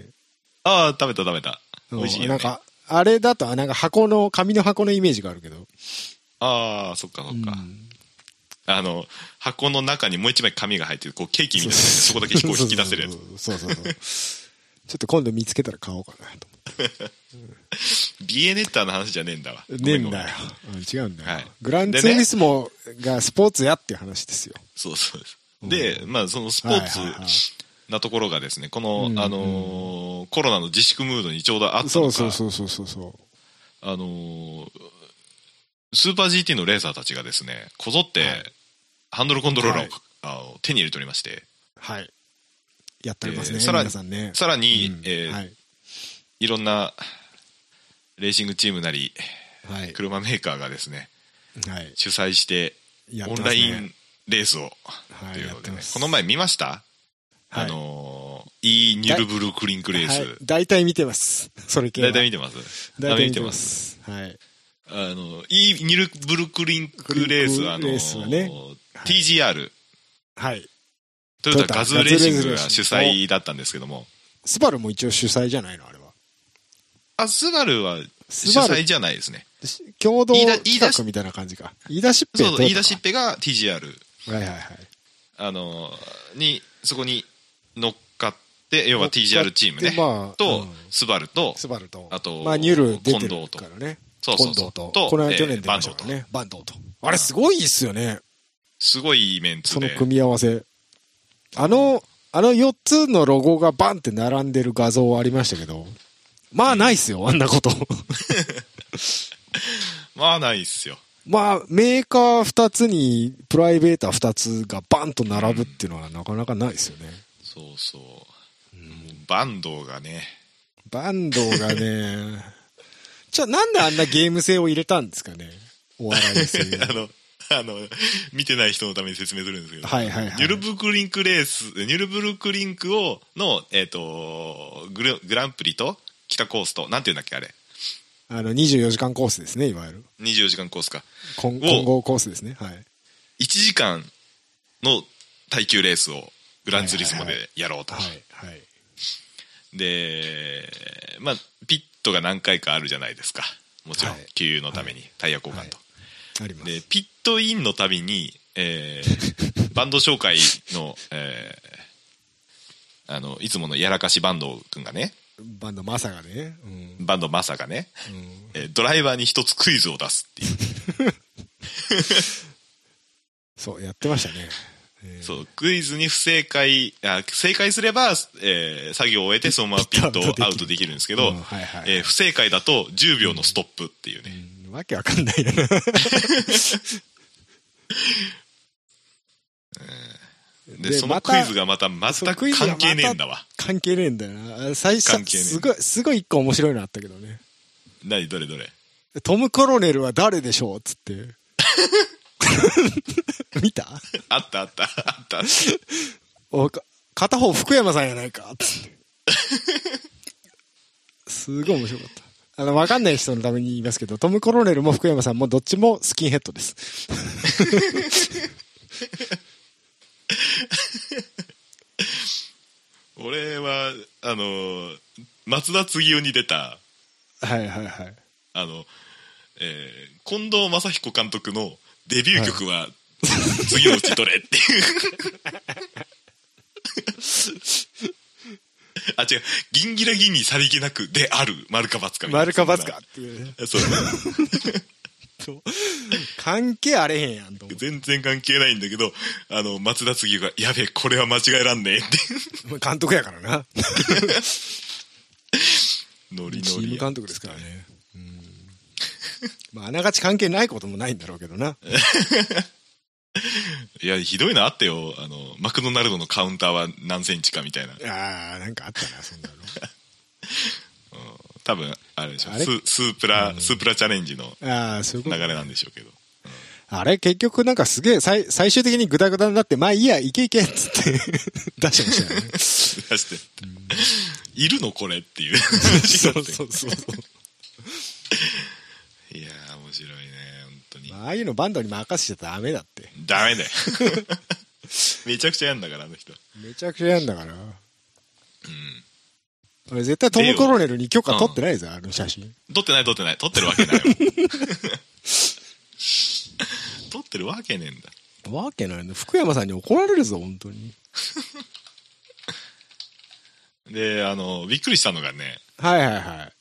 ああ、食べた食べた。美味しいよ、ね。
なんか、あれだと、なんか箱の、紙の箱のイメージがあるけど。
ああ、そっかそっか。
うん
あの、箱の中にもう一枚紙が入ってる、こうケーキみたいな、そこだけ飛行引き出せるやつ。。
そうそうそう。ちょっと今度見つけたら買おうかなと思
ビエネッタの話じゃねえんだわ。
って。ねえん
ごめ
だ
ご
よ
め。
うん違うんだよ
はい。
グランツーリスモがスポーツやっていう話ですよ。
そうそうです。で、まあ、そのスポーツ
はいはいはい
なところがですね、この、
うん
あのーコロナの自粛ムードにちょうどあった
そ
の
うそう
か、
そうそうそうそう。
あのースーパー GT のレーサーたちがですね、こぞって、
はい
ハンドルコントローラーを、
はい
あの手に入れておりまして、
はい。やっておりますね、
えーさらに
皆さんね。
さらに、
うん
えー、
はいい。
ろんなレーシングチームなり、
はい。
車メーカーがですね、
はい。
主催して、
やって
オ
ま
ン
すね
ラインレースを、
はい
というので
やって
ね
ま、す
この前見ました、
は
あ
い
のー、イーニュルブルクリンクレース。
はい。大体見てます。 それ系は。
大体見てます。
大体見て
ま。
ますす。はい。
あの、イーニルブルクリンクレースは、あの
レースはねはい
TGR、
はい。
トヨ
トヨ
タ
タ
ガズーレーシングが
ガズーレーシング
主催だったんですけども、
スバルも一応主催じゃないのあれは。
あ、スバルは
ス
主
バル
催じゃないですね。
共同
言いだ言
企
いだし
画みたいな感じか。言い出しっぺ
そうそう、言い出しっ
ぺ。
ぺが TGR、
はいはいはい。
あの、に、そこに乗っかって、要は
乗っかって
TGR チームね、
まあう
と
ん、
スバルと、
スバルと。
あと
まあ、ニュル出てるからね。
そうそうそう
近藤
と
と。これは去年出ましたから
え
ね。バンドと。あれすごいっすよね。
すごいイベント
その
で、
組み合わせ。あの、あの4つのロゴがバンって並んでる画像ありましたけど、まあないっすよ、あんなこと。
まあないっすよ。
まあ、メーカー2つにプライベーター2つがバンと並ぶっていうのはなかなかないですよね。
そうそう。バンドがね、
バンドがね、 じゃあなんであんなゲーム性を入れたんですかねお笑い性。
あの、あの、見てない人のために説明するんですけど、
はいはいはい
ニュルブルクリンクレース、ニュルブルクリンクを、の、えっ、とグル、グランプリと、北コースと、なんていうんだっけ、あれ。
あの、24時間コースですね、いわゆる。
24時間コースか。
混
お
混合コースですね。はい。
1時間の耐久レースを、グランツーリスモでやろうと。
はい。はい。
で、まあ、ピットが何回かあるじゃないですか。もちろん
はい、
給油のために、タイヤ交換と。
あります。
でピットインのたびに、え ーバンド紹介の,、えーあのいつものやらかしバンドくんがね
バンドまさがね。うん。
バンドマサがね、えードライバーに一つクイズを出すっていう
そう、やってましたね。えー
そうクイズに不正解あ正解すれば、えー作業を終えてそのままピットをアウトできるんですけど、
うんはいはい
えー不正解だと10秒のストップっていうね、
うんわけわかんないよな。
でそのクイズがまた全
そうクイ
く
ズが
関係ねえんだわ
また関係ねえんだよな。最初
関、係ねえ
すごい、すごい一個面白いのあったけどね。
何どれどれ
トム・コロネルは誰でしょうっつって。 見た
あったあったあったあった
おか片方福山さんやないかっつって。すごい面白かった。あの、わかんない人のために言いますけど、トム・コロネルも福山さんもどっちもスキンヘッドです。
俺はあの松田継夫に出た
はいはいはい。
あの、えー近藤正彦監督のデビュー曲は、次のうちどれって いうあ違う「ギンギラギンにさりげなくである丸か×か」みたいな
丸か×かっていうね。
そう
そう関係あれへんやんと思
全然関係ないんだけどあの松田継夫が「やべえこれは間違えらんねえ」って
う。監督やからな。
ノリ
チ
ノ
ーム
リ
監督ですからね。まあ、あながち関係ないこともないんだろうけどな。
いや、ひどいのあってよ。あの、マクドナルドのカウンターは何センチかみたいな。
ああ、なんかあったな、そんなの。
多分、あれでしょ。
あれ
ススープラ、スープラチャレンジの
ああ、そういうこ
流
と。
れなんでしょうけど。
あれ、結局なんかすげえ、最最終的にグダグダになって、まあいいや、いけいけっつって 出してましたよね。
出して。いるのこれっていう。
そうそうそうそう。
いやー、面白いね。本当に。
まあああいうのバンドに任せちゃダメだって。
ダメだ よ。めちゃくちゃやんだから、あの人。
めちゃくちゃやんだから。俺絶対トム・コロネルに許可取ってないぞ、あの写真。
撮ってない撮ってない。撮ってるわけ ないもん。撮ってるわけねえんだ。
わけないの。福山さんに怒られるぞ、本当に。
で、あの、びっくりしたのがね、
はいはいはい。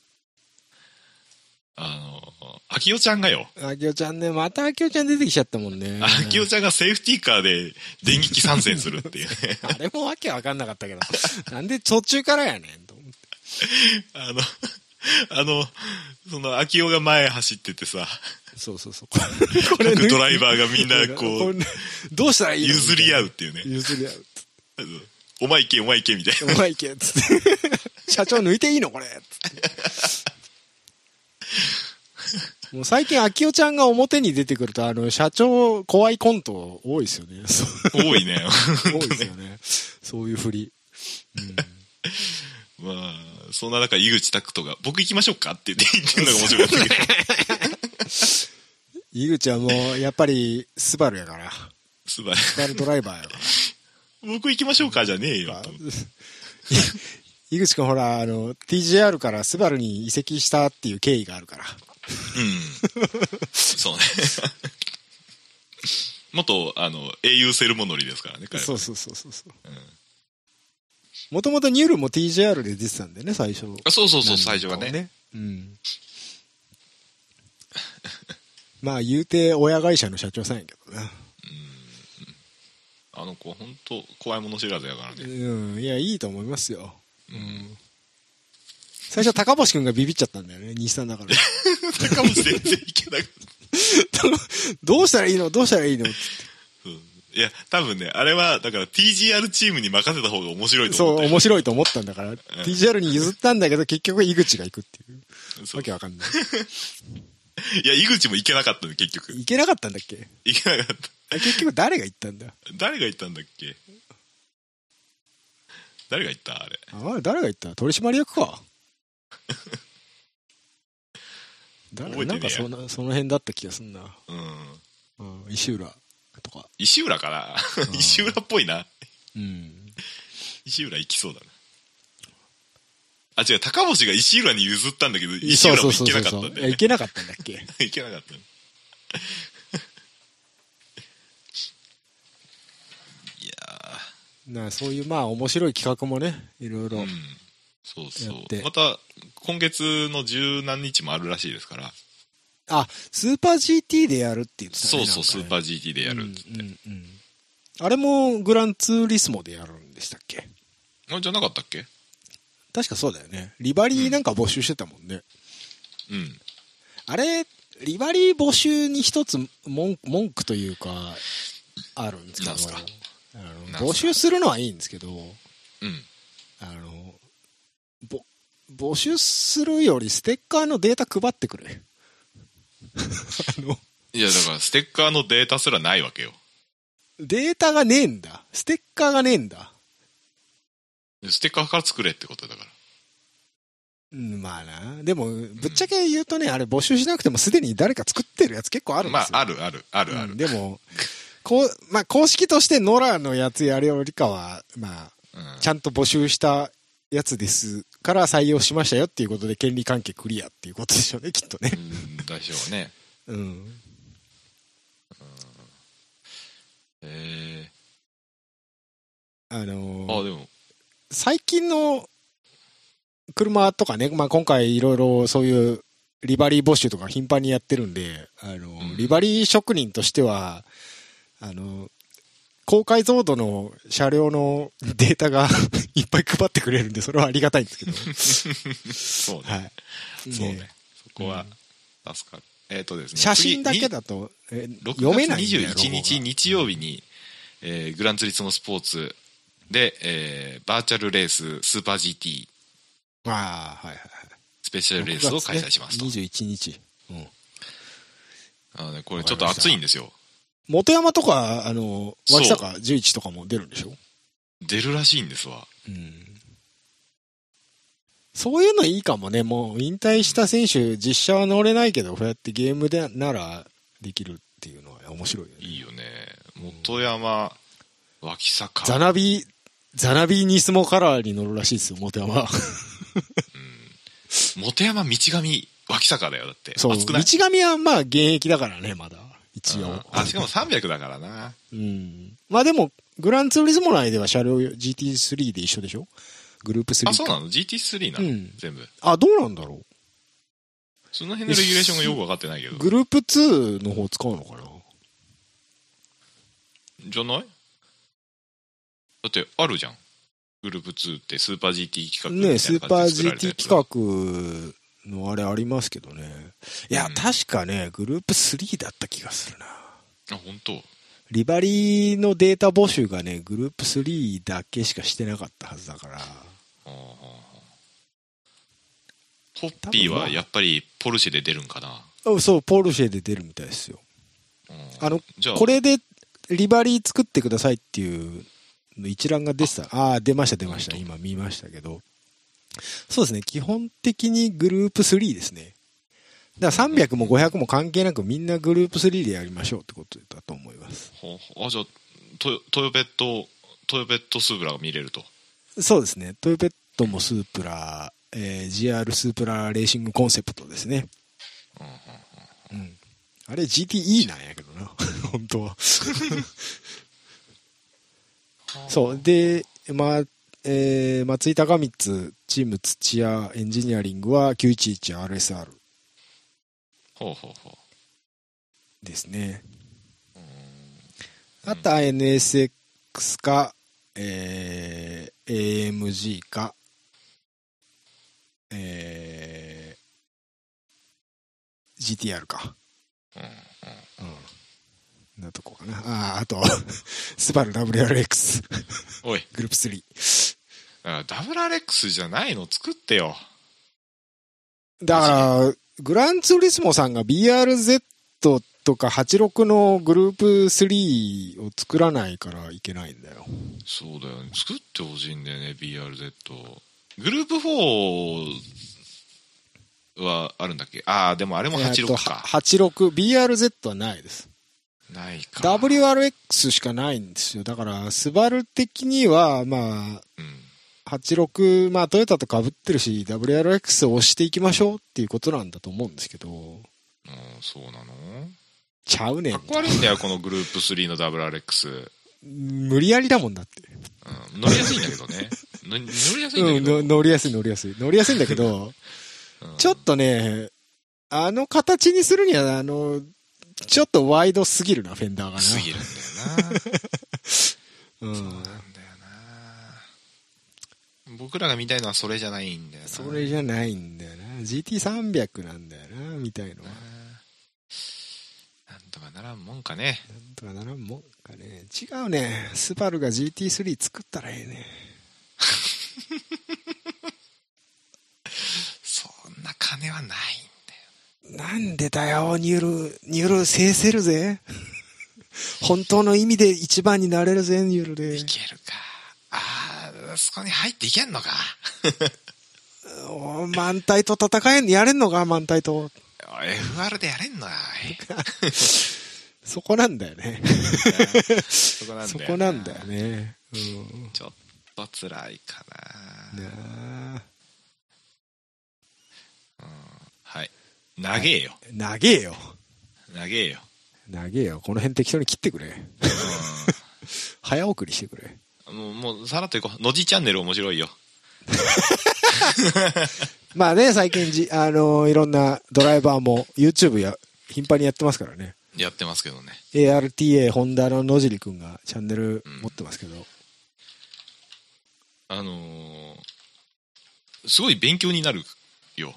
あの、秋代ちゃんがよ、
あきおちゃんね、またあきおちゃん出てきちゃったもんね。
秋代ちゃんがセーフティーカーで電撃参戦するっていうね。
あれもわけわかんなかったけど。なんで途中からやねんと思って。
あの、あの、その、秋代が前走っててさ、
そうそ うそう。こ
各ドライバーがみんな こう、
れどうしたらいいの
譲り合うっ
み
ていうね
たい。な譲り合う。
お前行け、お前行け、みたいな。
お前行け、つって。社長抜いていいのこれ。つってもう最近、秋代ちゃんが表に出てくると、あの、社長怖いコント多いですよね。 そう
多いね。
多いですよね。そういうふり。
まあ、そんな中、井口拓人が、僕行きましょうかって言って言ってるのが面 白かったけど、
井口はもう、やっぱり、スバルやから。
すばらし
スバルドライバーやから。
い僕行きましょうかじゃね えよ、と思って
井口くんほら、あの、TJR からスバルに移籍したっていう経緯があるから。
うん。そうね。 元、あの、英雄セルモノリですからね、彼は
そうそうそうそうそう。もともとニュールも TJR で出てたんだよね、最初。
あそうそうそう、最初はね。
うん。まあ、言うて、親会社の社長さんやけどな。
あの子、本当怖いもの知らずやからね。
うん、いや、いいと思いますよ。うん。最初、高星くんがビビっちゃったんだよね、日産だから。
高も全然いけなくて。
どうしたらいいのどうしたらいいのつって
うんいや、多分ね、あれは、だから TGR チームに任せた方が面白いと
そ
思
う、
って。
面白いと思ったんだから、TJR に譲ったんだけど、結局、井口が行くっていう。
そう
わけわかんない。
いや、井口もいけなかったの、結局。
行けなかったんだっけ
いけなかった。
あ結局、誰が行ったんだ
誰が言ったんだっけ誰が言ったあれ。
あ誰が言った取締役か。誰
覚えてねえ
な
や
んかそのその辺だった気がすんな。
うん。
うん、石浦とか。
石浦かな
ん
石浦っぽいな。
うん。
石浦行きそうだな。あ、違う、高星が石浦に譲ったんだけど、 石浦も行けなかったんだ
いや
よね
行。けなかったんだっけ
行けなかった。 いや
なあそういうまあ面白い企画もね、いろいろ。
ー、うん。そうそ
やって
う。また、今月の十何日もあるらしいですから、
あ、スーパー GT でやるって言ってた
そ
ね。
うそう、スーパ
ー
ー GT でやるっつって。
うんうんうん。あれもグランツーリスモでやるんでしたっけ
あじゃなかったっけ
確かそうだよね。リバリーなんか募集してたもんね。
うん。
あれ、リバリー募集に一つ文文句というか、あるんですけど、
なんすか
あの
なんすか
募集するのはいいんですけど、
うん。
あの、ぼ募集するよりステッカーのデータ配ってくれ。あの、
いや、だから、ステッカーのデータすらないわけよ。
データがねえんだ。ステッカーがねえんだ。
ステッカーから作れってことだから。
うんまあな。でも、ぶっちゃけ言うとね、あれ募集しなくてもすでに誰か作ってるやつ結構あるんで
ます
よ。
あ、あるある、あるある。
うんでも、こう、まあ公式としてノラのやつやるよりかは、まあ、
うん
ちゃんと募集したやつですから採用しましたよっていうことで権利関係クリアっていうことでしょうね、きっとね
う。ん、でしょうね。
うん。
え
あの
ー、あ、
ー
でも、
最近の車とかね、まあ、今回いろいろそういうリバリー募集とか頻繁にやってるんで、あのー
うん
リバリー職人としては、あのー高解像度の車両のデータが いっぱい配ってくれるんで、それはありが たいんですけど。
そうね。
はい。
そうね
ね。
そこは、助かる。えっ、とですね。
写真だけ
だ
だと、え読
6月
めないんだよ
21日日曜日に、えーグランツーリスモスポーツで、えーバーチャルレーススーパー GT
ロゴがああ、はいはいはい。
スペシャルレースを開催しますと。
6月ね21日。うん。
あのね、これちょっと暑いんですよ。
元山とか、あの、
そう
脇坂11とかも出るんでしょ
出るらしいんですわ。
うん。そういうのいいかもね。もう引退した選手、実写は乗れないけど、こうやってゲームでならできるっていうのは面白いよね。
いいよね。元山、脇坂。
ザナビ、ザナビニスモカラーに乗るらしいですよ、元山は。
元山、道上、脇坂だよ、だって。
そう。
暑く
道
ない
上はまあ現役だからね、まだ。一応。
あ、しかも300だからな。
うん。まあでも、グランツーリズム内では車両 GT3 で一緒でしょグループ3か。
あ、そうなの ?GT3 なの、
うん
全部。
あ、どうなんだろ
その辺のレギュレーションがよく分かってないけど
う。グ。ループ2の方使うのかな
じゃないだって、あるじゃん。グループ2ってスーパー GT 企画みたい
ね
な
スーパ
感
ー
じで作られたや
GT
つ
企画のあれありますけどね。いや、
うん
確かね、グループ3だった気がするな。
あ、本当。
リバリーのデータ募集がね、グループ3だけしかしてなかったはずだから。
あーホッピーはやっぱりポルシェで出るんかな。
あそう、ポルシェで出るみたいですよ。
うん
あの、
じゃあ、
これでリバリー作ってくださいっていうの一覧が出てた。ああー、出ました出ました。
本
今見ましたけど。そうですね。基本的にグループ3ですね。だから300も500も関係なくみんなグループ3でやりましょうってことだと思います。
ほほあ、じゃあ、トヨトヨペット、トヨペットスープラが見れると。
そうですね。トヨペットもスープラ、えー GR スープラレーシングコンセプトですね。
うんうん
うん。あれ GTE なんやけどな。 本当は。そう。で、まあ、えー松井高光、チーム土屋エンジニアリングは 911RSR
ほうほうほう。
ですね。
うん
あとは NSX か、えー AMG か、えー GTR か。
うんうん
うん。なとこかな。ああ、あと、スバル WRX
おい、
グループ3。
あダブル RX じゃないの作ってよ。
だから、グランツーリスモさんが BRZ とか86のグループ3を作らないからいけないんだよ。
そうだよね。作ってほしいんだよね、BRZ。グループ4はあるんだっけああ、でもあれも
えーと
86
は
か。
86、BRZ はないです。
ないか。
WRX しかないんですよ。だから、スバル的には、ま
うん。
あ、86、まあ、トヨタと被ってるし、WRX を押していきましょうっていうことなんだと思うんですけど、
うんそうなの
ちゃうねん
かっ。こ悪いんだよ、このグループ3のダブル RX。
無理やりだもんだって。
うん、乗りやすいんだけどね。 の乗りやすいんだ
う
け
ん、
ど。
の乗りやすい乗りやすい。乗りやすいんだけど、
うん
ちょっとね、あの形にするには、あの、ちょっとワイドすぎるな、フェンダーがな。
すぎるんだよな。
うん
そうなんだよな。僕らが見たいのはそれじゃないんだよな。
それじゃないんだよな。GT300 なんだよな、みたいのは。
なんとかならんもんかね。
なんとかならんもんかね。違うね。スバルが GT3 作ったらええね。
そんな金はないんだよ。
なんでだよ、ニュル。ニュル制せ るぜ。本当の意味で一番になれるぜ、ニュルで
い。けるか。ああ、そこに入っていけんのか。
おー満体と戦えん、やれんのか、満体と。
FR でやれんのか。
そこなんだよね。
そこなんだよ。
そこなんだよ。ね。うん。
ちょっと辛いかな。
なあ
はい。長えよ。
長えよ。
長えよ。
長えよ。この辺適当に切ってくれ。 早送りしてくれ。
うんもう、もう、さらっと行こう。のじチャンネル面白いよ。
まあね、最近じ、あのーいろんなドライバーも YouTube や、頻繁にやってますからね。
やってますけどね。
ARTA ホンダの野尻くんがチャンネル持ってますけど。
あのーすごい勉強になるよ。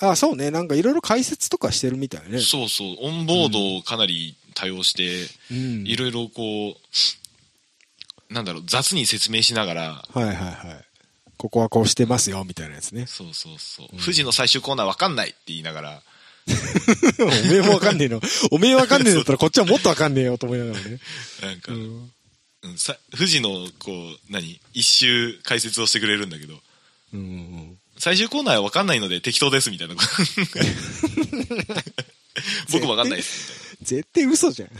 あ、そうね。なんかいろいろ解説とかしてるみたいね。
そうそう、オンボードをかなり多用して、
うん。
いろいろこう、なんだろう、雑に説明しながら、。
はいはいはい。ここはこうしてますよ、みたいなやつね
そうそうそう、富士の最終コーナーわかんないって言いながら、
おめえもわかんねえの。おめえわかんねえんだったらこっちはもっとわかんねえよと思いながらね。
なんか、
う
うん
ん。
さ富士のこう、何、一周解説をしてくれるんだけど、
うんうん
最終コーナーはわかんないので適当です みたいな。僕わかんないです。
絶対嘘じゃん。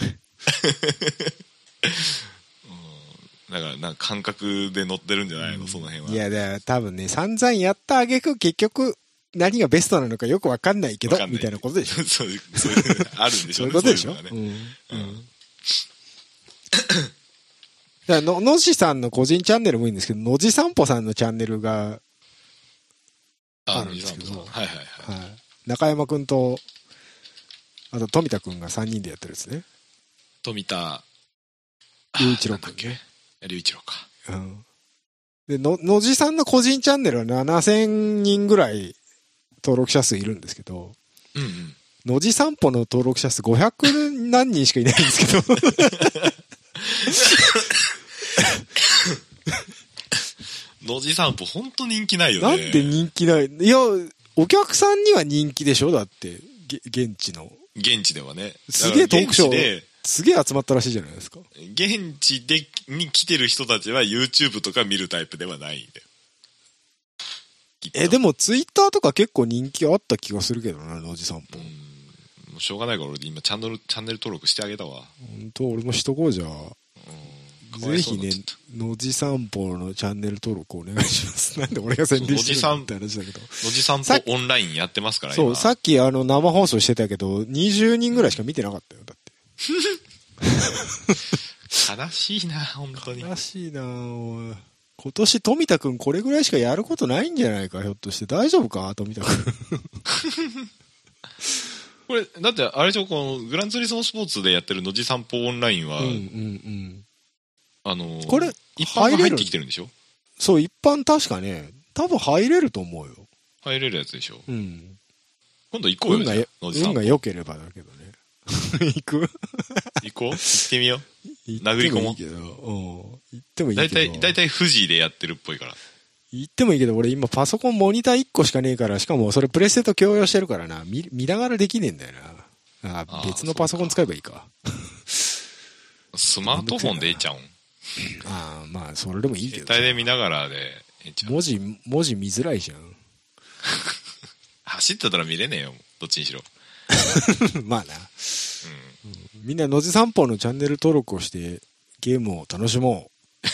だから、なんか感覚で乗ってるんじゃないの、その辺は。
いや、だから多分ね、散々やったあげく結局何がベストなのかよくわかんないけど
わか、ん
みたいなことでし ょ。
そういう、そういう、あるんでし
そ
ょ
う
う
い
ね。
うことでしょ。う
そういうんのがね。
うん。 だからの、のじさんの個人チャンネルもいいんですけど、のじさんぽさんのチャンネルが、
あ
あ
る
る
ん
ん
で
ですす
け
け
ど。
ど
はいはいはい。
はい、中山くんと、あと富田くんが3人でやってるんですね。
富田、
雄一郎
なんだっけ。龍一郎か。
うん。で、の、のじさんの個人チャンネルは7000人ぐらい登録者数いるんですけど、
うんうん。
のじ散歩の登録者数500何人しかいないんですけ ど。
野地散歩、本当人気ないよ
な
ね。
んで人気ないいや、お客さんには人気でしょだって、げ現地の。
現地ではね。
すげえトークショ
だから現地。
ーすげえ集まったらしいじゃないですか。
で、現地で、に来てる人たちは YouTube とか見るタイプではないんだよ。きっと
え、でもツイッターとか結構人気あった気がするけどな、のじ散歩。
うんもうしょうがないから俺今チャンネル、チャンネル登録してあげたわ。
本当俺もしとこうじゃあ。
うん
ぜひね
かわいそうになっちゃった、
のじ散歩のチャンネル登録お願いします。 なんで俺が宣伝してるのって話だけど。
野地散
さっ
歩オンラインやってますから、
そう、
今
さっきあの生放送してたけど、20人ぐらいしか見てなかったよ。だっ
悲しいな、本当に
て。。らしいなおい今年富田くんこれぐらいしかやることないんじゃないか、ひょっとして。大丈夫か富田くん。
これ、だって、あれでしょ、この、グランツーリスモスポーツでやってる野地散歩オンラインは、
うんうんうん。
あの、
これ
一般が
入れ
入
る
ってきてるんでしょ
そう、一般確かね、多分入れると思うよ。
入れるやつでしょ
うん。
今度行こう
運
よ、じ
が
ゃあ
よ、
野地散
運
歩
が。良ければだけ どね。行く
行こう行ってみよう。殴
殴
り込もう
いいけど、うん。行ってもいい
だ
け
い
ど。
たい、だいたい富士でやってるっぽいから。
言ってもいいけど、俺今パソコンモニター1個しかねえから、しかもそれプレステと共用してるからな、見、見ながらできねえんだよな。あ
あー
別のパソコン使えばいいか。
スマートフォンでええちゃうん。
ああ、まあ、それでもいいけ
携
どさ
帯で見ながらでええちゃうん。
文字、文字見づらいじゃ ん。
走ってたら見れねえよ、どっちにしろ。
まあな。
うん。
みんな、のじ散歩のチャンネル登録をして、ゲームを楽しも う。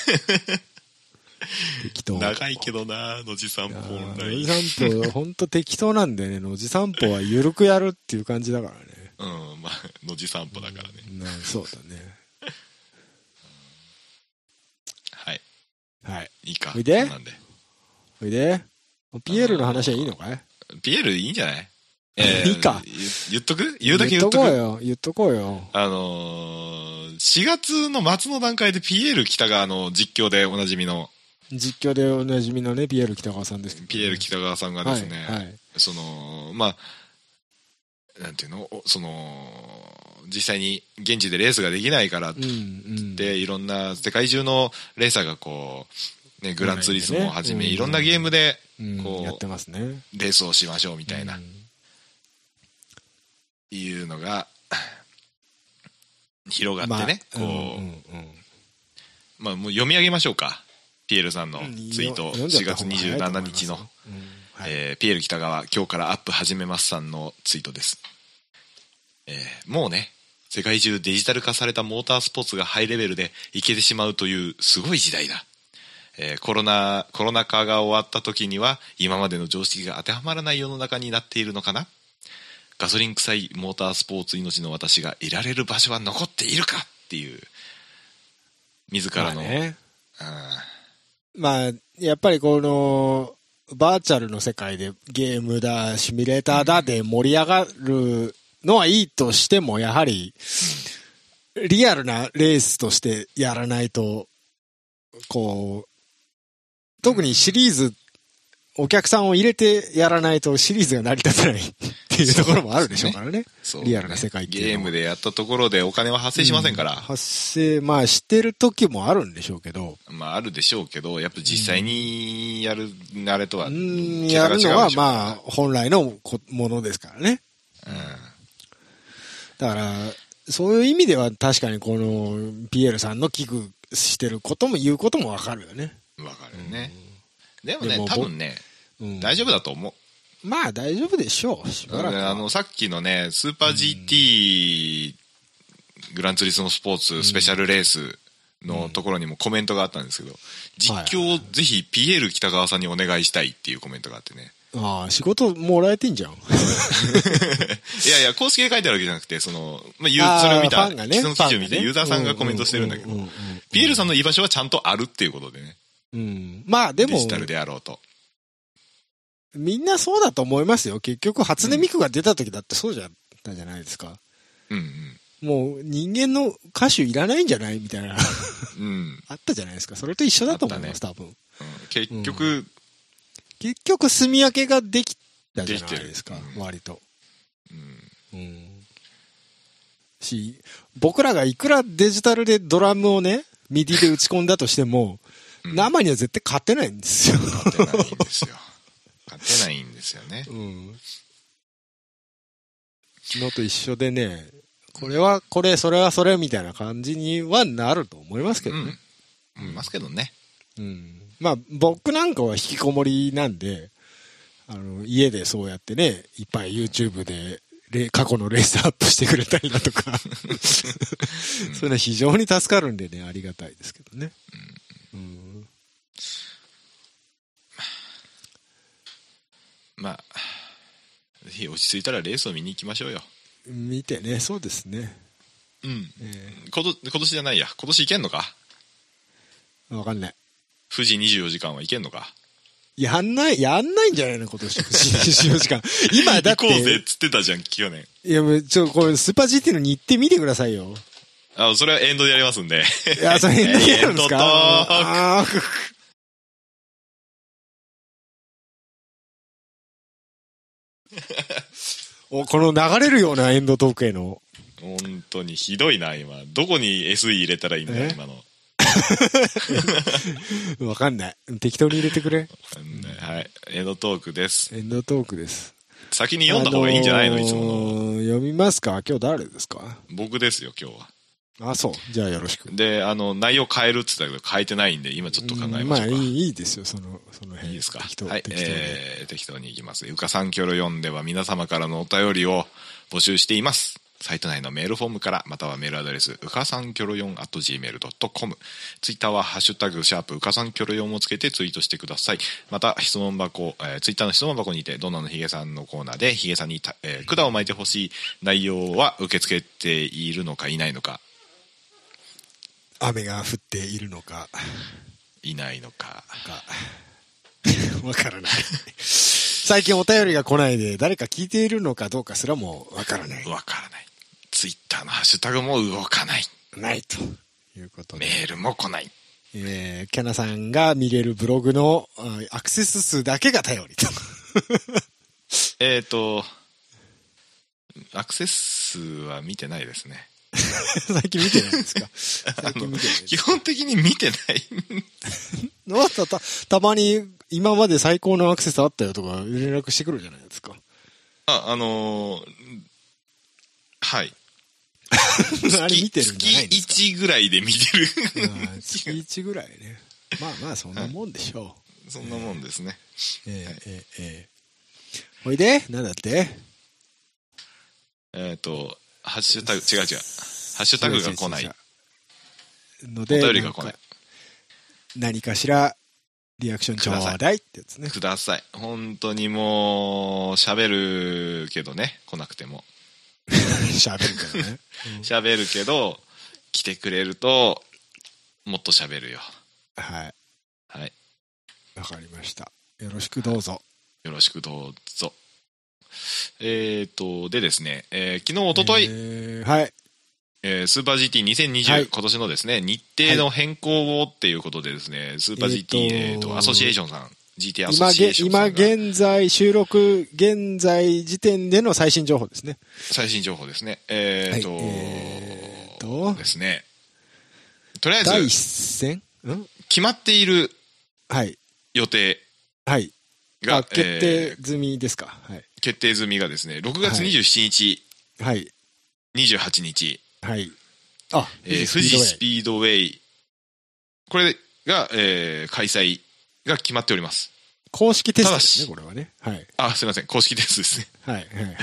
適当。
長いけどな野地散歩
あ
オン
ー
ラ
の
イ
じ
ン
散歩、ほんと適当なんだよね。のじ散歩は緩くやるっていう感じだからね。
うんまあ野地散歩だからね
なそうだね。
はい
はい。
いいか
おいで
そんなんで
おいで、ピエールの話はいいのかい
ピエールいいんじゃない
いいか
言言っとく言うだけ言っと
こう
く
よ、言っとこうよ。
あのー、4月の末の段階でピエール北川の実況でおなじみの
実況でおなじみのね、ピエール北川さんですけど、
ピエール北川さんがですね、
はい。はい
そのまあなんていうのおその実際に現地でレースができないからっ
うんうん。
でいろんな世界中のレーサーがこう、ね、グランツーリスモをはじめ、
うん
いろんなゲームで
うん
こう
やってますね。み
レースをしましょうみたいな、いうのが 広がってね、
まあ
こう、
うんうん
まあもう読み上げましょうかピエールさんの
うんうん
ツイート、
読んじゃ
4
った
月
方が早いと思
27
います
日の、
うんはい
えーピエール北川今日からアップ始めますさんのツイートです、えーもうね世界中デジタル化されたモータースポーツがハイレベルでいけてしまうというすごい時代だ、えーコロナコロナ禍が終わった時には今までの常識が当てはまらない世の中になっているのかなガソリン臭いモータースポーツ命の私がいられる場所は残っているかっていう自
ま
ら
あ
の、
ね。
あ
まあ、やっぱりこの、バーチャルの世界でゲームだ、シミュレーターだで盛り上がるのはいいとしても、やはり、リアルなレースとしてやらないと、こう、特にシリーズお客さんを入れてやらないとシリーズが成り立たないっていうところもあるでしょうからね。
そう
リアルな世界っていうの
ゲ
は
ームでやったところでお金は発生しませんから、
発生、まあしてる時もあるんでしょうけど、
まああるでしょうけどやっぱ実際にやるあれとは
うん、
桁が違
や
う
る
でしょ
のはまあ本来のこものですからね。だから、そういう意味では確かにこのピエールさんの危惧してることも言うこともわかるよね。
うんわかるねでもね
でも
多分ね
うん、
大丈夫だと思う
まあ大丈夫でしょう。しばらくは。
あのさっきのねスーパー GT グランツーリスモスポーツスペシャルレースのところにもコメントがあったんですけど実況をぜひピエール北川さんにお願いしたいっていうコメントがあってね
ああ、仕事もらえてんじゃん。
いやいや公式で書いてあるわけじゃなくてその、まあ、ユ
あ
ー
ー
それを見
フ
た、
ァンがね
その記事を見
ファン
て
がね
ユーザーさんがコメントしてるんだけど
うんうんうんうん
ピエールさんの居場所はちゃんとあるっていうことでね
うん。まあで
デ
も
ジ、タルであろうと
みんなそうだと思いますよ。結局、初音ミクが出た時だってそうじゃったじゃないですか。
うん
もう人間の歌手いらないんじゃないみたいな、
うん、うん、
あったじゃないですか。それと一緒だと思い
あ
ま
っ
す、多分。
結局、
結局、住み分けができたじゃないですか
できて、るうん
割と。
うん
うん。し、僕らがいくらデジタルでドラムをね、ミディで打ち込んだとしても、
うん
生には絶対勝てないんですよ。
勝てないんです よ勝てないんですよね
うん。のと一緒でね、これはこれ、それはそれみたいな感じにはなると思いますけどね。
うん思いますけどね
うん。まあ、僕なんかは引きこもりなんで、あの、家でそうやってね、いっぱい YouTube で、れ過去のレースアップしてくれたりだとか、 そういうのは非常に助かるんでね、ありがたいですけどね。うん。
まあぜひ落ち着いたらレースを見に行きましょうよ
見てね、そうですね。
うん
え
こと今年じゃないや今年行けんのか
ーわかんない。
富士24時間は行けんのか
やんない、やんないんじゃないの今年。24時間。 今だっ
行
て。
こうぜっつってたじゃん去年
いや、もうちょ、これ、スーパー GT の日程見てくださいよ。
あそれはエンドでやりますんで
いや、それ変でやるんで
えーと
すか
と
あー おこの流れるようなエンドトークへの。
本当にひどいな今どこに SE 入れたらいいんだよ
え
今のわ
わかんない。適当に入れてくれ。
かんないはいエンドトークです
エンドトークです。
先に読んだ方がいいんじゃないのいつもの
の。読みますか今日誰ですか
僕ですよ今日は
あ、そう。じゃあよろしく。
であの内容変えるって言ったけど変えてないんで今ちょっと考えましょうか、
あいい、いいですよ、その、その辺。
いいですか
適当、
はい、
適当に。
えー適当にいきます。ゆかさんきょろ読んでは皆様からのお便りを募集しています。サイト内のメールフォームから、またはメールアドレス、うかさんきょろ4 at gmail.com。ツイッターは、ハッシュタグ、シャープ、うかさんきょろ4をつけてツイートしてください。また、質問箱、えーツイッターの質問箱にて、どんなのひげさんのコーナーで、ひげさんにた、えー管を巻いてほしい内容は受け付けているのかいないのか、
雨が降っているのか、
いないのか。
か わからない。最近お便りが来ないで、誰か聞いているのかどうかすらもわからない。
わからない。ツイッターのハッシュタグも動かない。
ないということ
メ
で、
ールも来ない。
えー、キャナさんが見れるブログのあアクセス数だけが頼りと。
えっ、と、アクセス数は見てないですね。
最近見てないですか最近見てない
基本的に見てない。
のたたたまに今まで最高のアクセスあったよとか連絡してくるじゃないですか。
あ、あのーはい。
あれ見てるんじゃないんですか
月1ぐらいで見てる。
うん月1ぐらいね。まあまあそんなもんでしょう。
そんなもんですね。
ええええええおいでなんだって
えっ、と、ハッシュタグ、違う違う。ハッシュタグが来ない。
の
お
で
便りが来
ん
な
か
い。
何かしらリアクションちょうだいってや つね
ください。本当にもう、喋るけどね。来なくても。
喋るからね
喋るけど、来てくれると、もっと喋るよ。
はい
はい。
わかりましたよろしくどうぞ
よろしくどうぞ。えっ、と、でですね、えー昨日、おととい、
えーはい
えースーパー GT2020、
はい
今年のですね、日程の変更をっていうことでですね、スーパー GT、
え
え
ー
ー
と
とアソシエーションさん、 GT アソ
今
シエー
げ、
ションさ
今
んが
現在、収録現在時点での最新情報ですね。
最新情報ですね。えー、と、
はいえーと
ですね。とりあえ
第一
ず、
戦ん
決まっている
はい。
予定
はい。
が、
あ、決
え
定
ー
済みですか。はい。
決定済みがですね、6月
はい
27日、
はい。
28日、
はい。あ、
えー富士スピードウェイ、これが、えー開催が決まっております。
公式テストで
ただ
す
し
ね、これはね。はい。
あ、すいません、公式ですですね。
はい。 はいはい。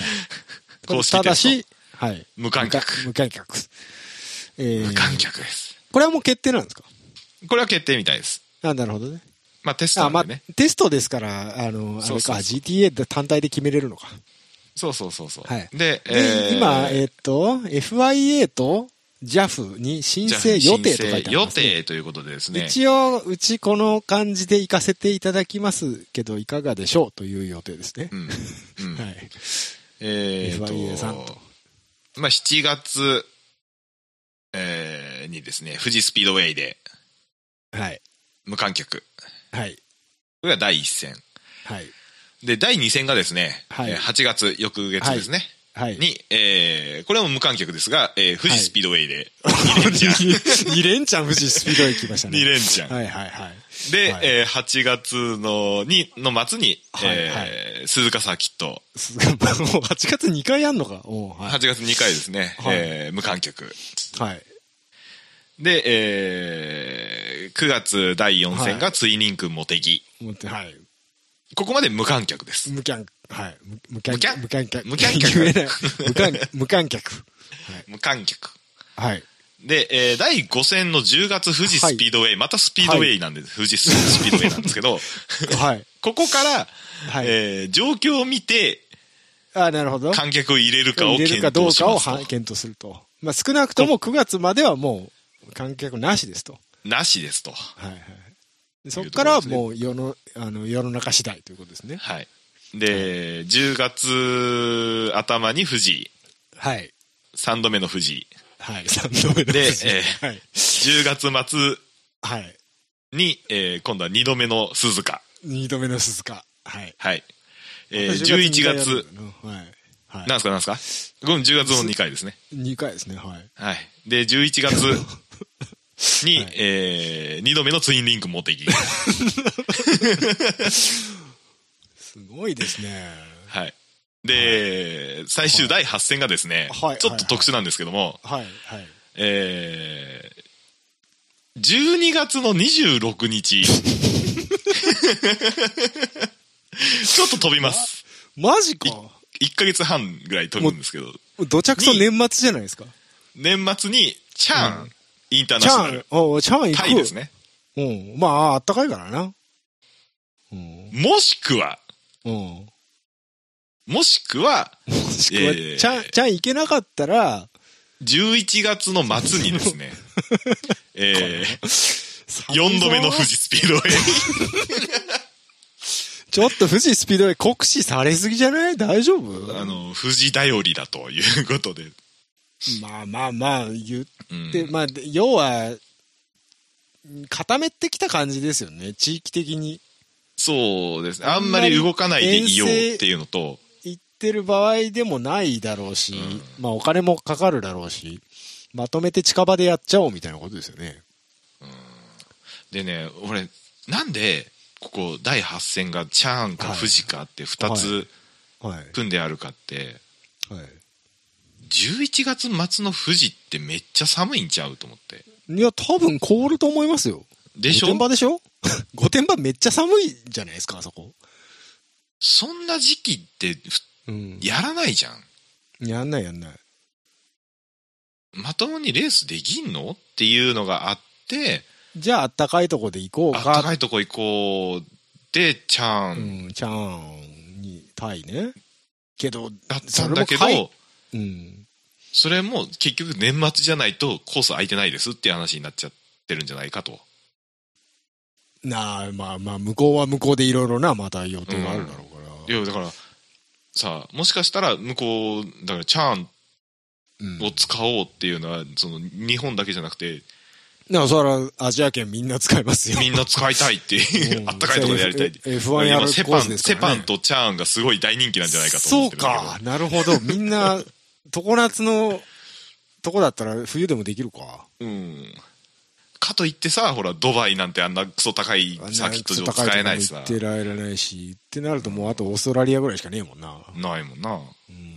公式
ただ
テス
し、はい。
無観客。
無観客。えー
無観客です。
これはもう決定なんですか
これは決定みたいです。
あ、なるほどね。
まあテスト
あ、
な
ま
んでね。
あ、テストですから、あの、あ
そう
れ
そ
か、
うそう
GTA で単体で決めれるのか。
そうそうそうそう。
はい
で、
で、今、
ー
えっと、FIA と JAF に申
じゃあ
請予定と書いて
申
あります、
請
ね。
予定ということでですね。
一応、うちこの感じで行かせていただきますけど、いかがでしょうという予定ですね
う。ん。うん
はい。
えー
FIA さん
と、まあ7月、えーにですね、富士スピードウェイで
はい。
無観客。こ
はい。
れが第1戦。
はい。
で、第2戦がですね、
はい
えー8月、翌月ですね。
はい。
に、えーこれも無観客ですが、えー富士スピードウェイで
2連チャン。2連チャン富士スピードへ来ましたね。
2連チャン。
はいはいはい。
で、
はい
えー8月のにの末に、
はい
えー鈴鹿サーキット、
すごいもう8月2回やんのか。おうは
8月2回ですね、
はい
えー無観客。
い。はい。
で、えー9月第4戦がツイニンクモテギ。
思って、はい。
ここまで無観客です。
無観、はい。無無観
無
客。無観客。
無観客
言えない。無観、無観客。
無観客。
はい。
で、えー第5戦の10月富士スピードウェイ、またスピードウェイなんです、富士スピードウェイなんですけ ど、
はい。
ここから、
はい
えー状況を見て
あなるほど。
観客を入れるかを
入れ
検
るかどう
討し
かを
ます
は
と。
検討すると。まあ、少なくとも9月まではもう観客なしですと。
なしですと。
はいはい。でそこからはもう世の、あの、世の中次第ということですね。
はい。で、10月頭に富士、
はい。
3度目の富士、
はい。3度目 の
で
富士
え
はい。
10月末
はい。
に、えー今度は2度目の鈴鹿。
2度目の鈴鹿。はい。
はい。えー
また10
11
に
月、
回やるのかな。はい。
な
は
んすかなんすかこの10月の2回ですね。
い。2回ですね。はい。
はい。で、11月に、
はい
え2度目のツインリンクモテギ。
すごいで すね。
はい。で、最終第8戦がですね、
はい
ちょっと特殊なんですけども、
はい。はい。
えー、12月の26日。 ちょっと飛びます。
マジか。
1ヶ月半ぐらい飛ぶんですけど、
土着と年末じゃないですか。
年末に、チャン、
う
インターナ
チ
ショ
ャ
ナ
ン
ル、、
おうチャン行く。
タイですね。
うん。まあ、あったかいからな。うん。
もしくは、
うん。
もしくは、
もしく
いや
は、
いやいや
ちゃん、ちゃん行けなかったら、
11月の末にです ね、えー、
寒いぞ
4度目の富。士スピードウェイ。
ちょっと富士スピードウェイ酷使されすぎじゃない大丈夫
あ、の、富士頼りだということで。
まあまあまあ、言っ
うん
て、まあ、で要は、固めてきた感じですよね。地域的に
そうですね。あんまり動かないでいようっていうのと、
行ってる場合でもないだろうし、まあお金もかかるだろうし、まとめて近場でやっちゃおうみたいなことですよね。
でね、俺、なんで、ここ、第8戦がチャーンか
はい
富士かって2つ
はい。はい。
組んであるかって、11月末の富士ってめっちゃ寒いんちゃうと思って。
いや、多分凍ると思いますよ。
でしょ
御殿場でしょ 御殿場めっちゃ寒いじゃないですか、あそこ。
そんな時期ってふ
うん。
やらないじゃん。
やんないやんない。
まともにレースできんのっていうのがあって、
じゃあ、あったかいとこで行こう
あった
か。
かいとこ行こう。で、チャー
う
ン
ん、ちゃんに、タイね。けど、
だったんだけ
それも
ど、
うん。
それも結局年末じゃないとコース空いてないですっていう話になっちゃってるんじゃないかと。
なあ、まあまあ、向こうは向こうでいろいろな、また予定があるだろうから。
いや、だから、さあ、もしかしたら向こう、だからチャーン
うん
を使おうっていうのは、その日本だけじゃなくて、
なそら、アジア圏みんな使いますよ。
みんな使いたいっていうう、
ん
あったかいところでやりたいって。
え F1 やる
今セ
コ
パ
ー
ン、
スですか
セ
らね
パンとチャーンがすごい大人気なんじゃないかと
そ
思っ
う
てるんだけど。
か。なるほど。みんな、常夏の、とこだったら冬でもできるか。
うん。かといってさ、ほら、ドバイなんてあんなクソ高いサーキット場使えないし
あ
さ
ん。な高とこも行ってられないし、ってなるともうあとオーストラリアぐらいしかねえもんな。
ないもんな。
うん。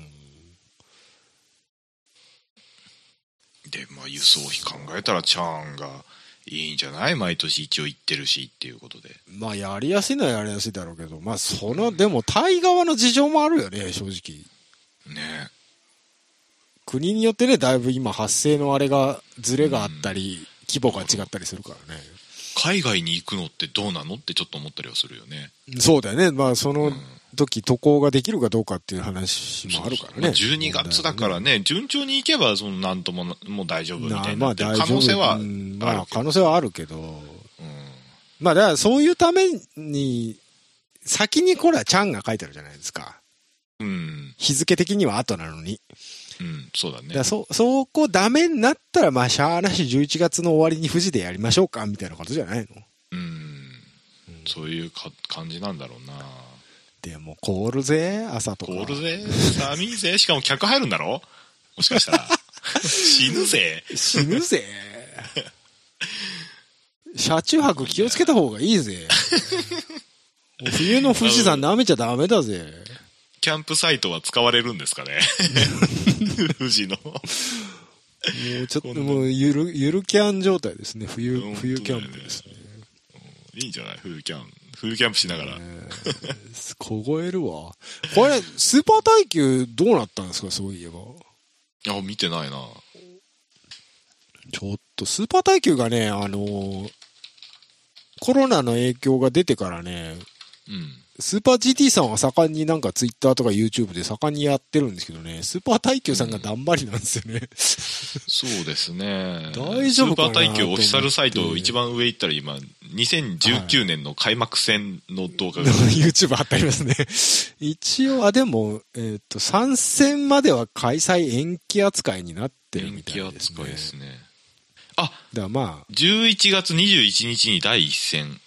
で、まあ、輸送費考えたらチャーンがいいんじゃない毎年一応行ってるしっていうことで。
まあ、やりやすいのはやりやすいだろうけど、まあ、その、でも、タイ側の事情もあるよね、正直。
ね
国によってね、だいぶ今、発生のあれが、ズレがあったり、規模が違ったりするからね。
海外に行くのってどうなのってちょっと思ったりはするよね。
そうだよね。まあ、その時、渡航ができるかどうかっていう話もあるから
ま
ね。
12月だからね、順調に行けば、その、なんともな、もう大丈夫み
な
たいに
ま
な
あ
って
大
る
丈夫
可能性はあ
う
る
ん
け
まあ
ど。
可能性はあるけど
うん
まあだからそういうために先にこれは「ちゃん」が書いてあるじゃないですか
うん。
日付的には後なのに、
うん。そうだ
だか
ね
ら。そそこダメになったらまあしゃあなし11月の終わりに富士でやりましょうかみたいなことじゃないの
うん。そういうか感じなんだろうな。
でも凍るぜ朝とか
凍るぜ、寒いぜ、しかも客入るんだろもしかした ら。死ぬぜ。
死ぬぜ車中泊気をつけた方がいいぜもう冬の富士山舐めちゃダメだぜ
キャンプサイトは使われるんですか ね富士の。
もうちょっ、
ことんな
もうゆる、ゆるキャン状態ですね。冬、
本当だよね
冬キャンプですね。
いいんじゃない冬キャン。冬キャンプしながら。
凍えるわ。これ、スーパー耐久どうなったんですかそういえば。
あ、見てないな。
ちょっと、スーパー耐久がね、あのーコロナの影響が出てからね、
うん。
スーパー GT さんは盛んになんか Twitter とか YouTube で盛んにやってるんですけどね、スーパー耐久さんが頑張りなんですよね。
そうですね。
大丈夫かな
スーパー耐久オフィシャルサイト一番上行ったら今、2019年の開幕戦の動 画が。
YouTube 貼ってありますね。 一応、あ、でも、えっ、と、参戦までは開催延期扱いになってる
人
みた
気
いですね。
扱いですね。あ、
だからまあ、
11月21日に第一戦。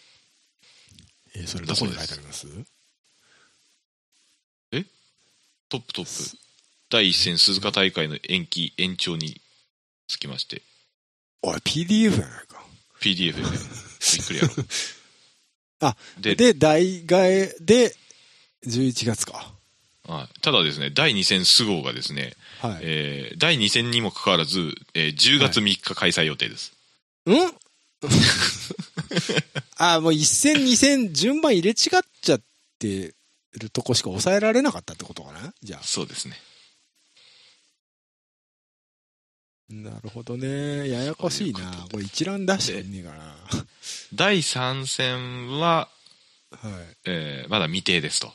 えーそれどこに書いてあります
トップトップ。第一戦鈴鹿大会の延期、延長につきまして。
おい、PDF やないか。
PDF で。びっくりやろ。
あ、
で
で、代替えで、11月か。
はい、ただですね、第2戦スゴーがですね、
はい。
えー第2戦にもかかわらず、えー10月3日開催予定です。
うん あ、もう1戦、2戦、順番入れ違っちゃってるとこしか抑えられなかったってことかなじゃあ。
そうですね。
なるほどね。ややこしいな。
そういうことで
これ一覧出してんねえかな。
第3戦は、
はい。
えーまだ未定ですと。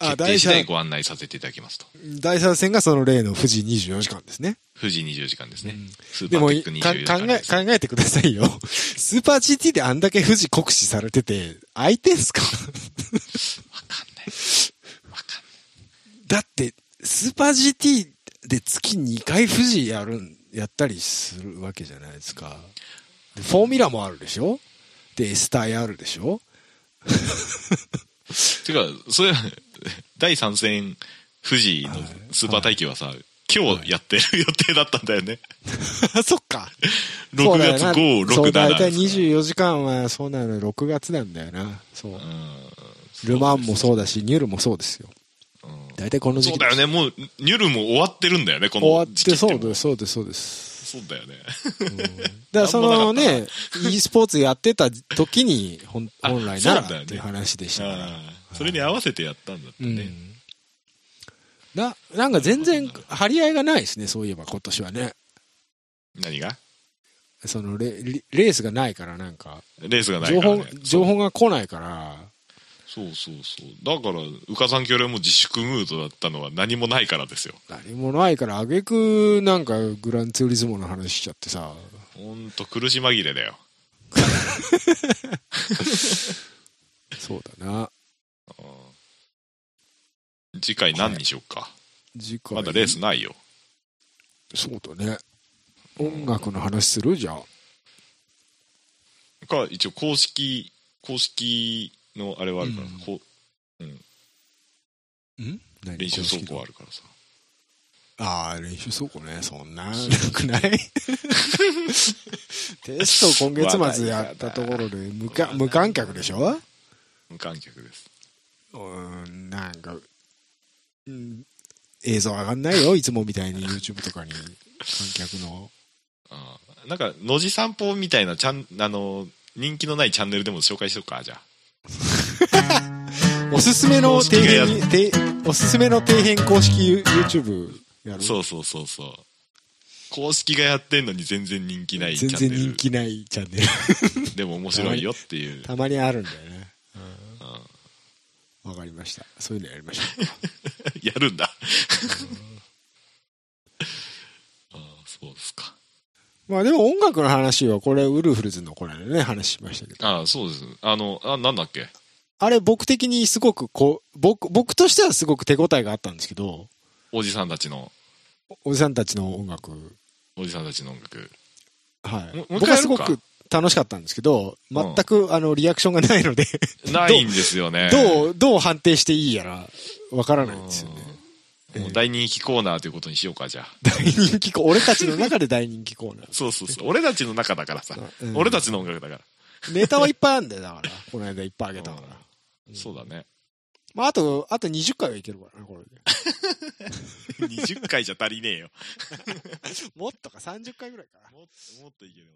あ、
決
第
定次第
3、
ご案内させていただきますと。
第三戦がその例の富士24時間ですね。
富士24時間ですね。
うん
スー
で
パー
も
テ
い
ック
か
24
考
時間
え、
です。
考えてくださいよ。スーパー GT であんだけ富士酷使されてて、空いてんすか
わかんない。わかんない。
だって、スーパー GT で月2回富士やるん、やったりするわけじゃないですか。でフォーミュラもあるでしょで、S タイあるでし ょ
てか、それは、第3戦、富士のスーパー耐久はさ、今日やってる予定だったんだよね。
あそっか。
6月5、6、7。
そうだよなそう、大体24時間は、そうなのよ、6月なんだよな。そう。ルマンもそうだし、ニュールもそうですよ。大体この時
そう
期
だ
です
よね。もう、ニュルも終わってるんだよね、この
終わっ
時期
て、そ
も
うです、そうです、そう です。
そうだよね。
だからその
なんも
ね、e スポーツやってた時に、本
あ
本来なら
そう
っ
だよね
ていう話でしたから。
ああそれに合わせてやったんだって
うん
ね。
な、なんか全然張り合いがないですね、そういえば今年はね。
何が
そのレ、レレースがないから、なんか、
レースがない
情
から、
報
ね。、
情報が来ないから、
そうそうそう。だから、うかさん協力も自粛ムードだったのは何もないからですよ。
何もないから、あげく、なんか、グランツーリズムの話しちゃってさ。
ほんと苦し紛れだよ。
そうだな。
次回何にしよっか。
次回。
まだレースないよ。
そうだね。音楽の話するじゃあ。
か、一応公式、公式のあれはあるから、
うん
こ
ん何
う練習走行はあるからさ。
ああ、練習走行ね。そんな、なくない テスト今月末やったところで無観無観客でしょ
無観客です。
うーん、なんか、うん、映像上がんないよ。いつもみたいに YouTube とかに観客の。
あーなんか、野地散歩みたいな、ちゃん、あの、人気のないチャンネルでも紹介しようか、じゃあ。
おすすめの
公
底
式がやる
辺に、底おすすめの底辺公式 YouTube やる。
そうそうそうそう。公式がやってんのに全然人気ないチャ
全
ン
然
ネ
人
ル。
気ないチャンネル。
でも面白いよって いう。
たまにあるんだよね。
うん
わかりました。 そういうのやりましょ
やるん だ。ああ、そうですか。
う。まあでも音楽の話はこれ、ウルフルズのこれね、話しましたけど。
ああ、そうです。あの、あ、なんだっけ。
あれ僕的にすごくこう、僕、僕としてはすごく手応えがあったんですけど、
おじさんたちの、
おじさんたちの音楽、
おじさんたちの音楽。
はい。
ももう一
僕
回や
は
る
す
か
ごく楽しかったんですけど、
うん
全くあの、リアクションがないので、
ないんですよね。う
どう、どう判定していいやら、わからないんですよね。
もう大人気コーナーということにしようか、じゃあ。
大人気コーナー、俺たちの中で大人気コーナー。
そうそうそう。俺たちの中だからさ。
うん
俺たちの音楽だから。
ネタはいっぱいあるんだよ、だから。この間いっぱいあげたから。
うんそうだね。
まあ、あと、あと20回はいけるからな、これで。
20回じゃ足りねえよ。
もっとか30回ぐらいかな。
もっと、もっといける、もっといける。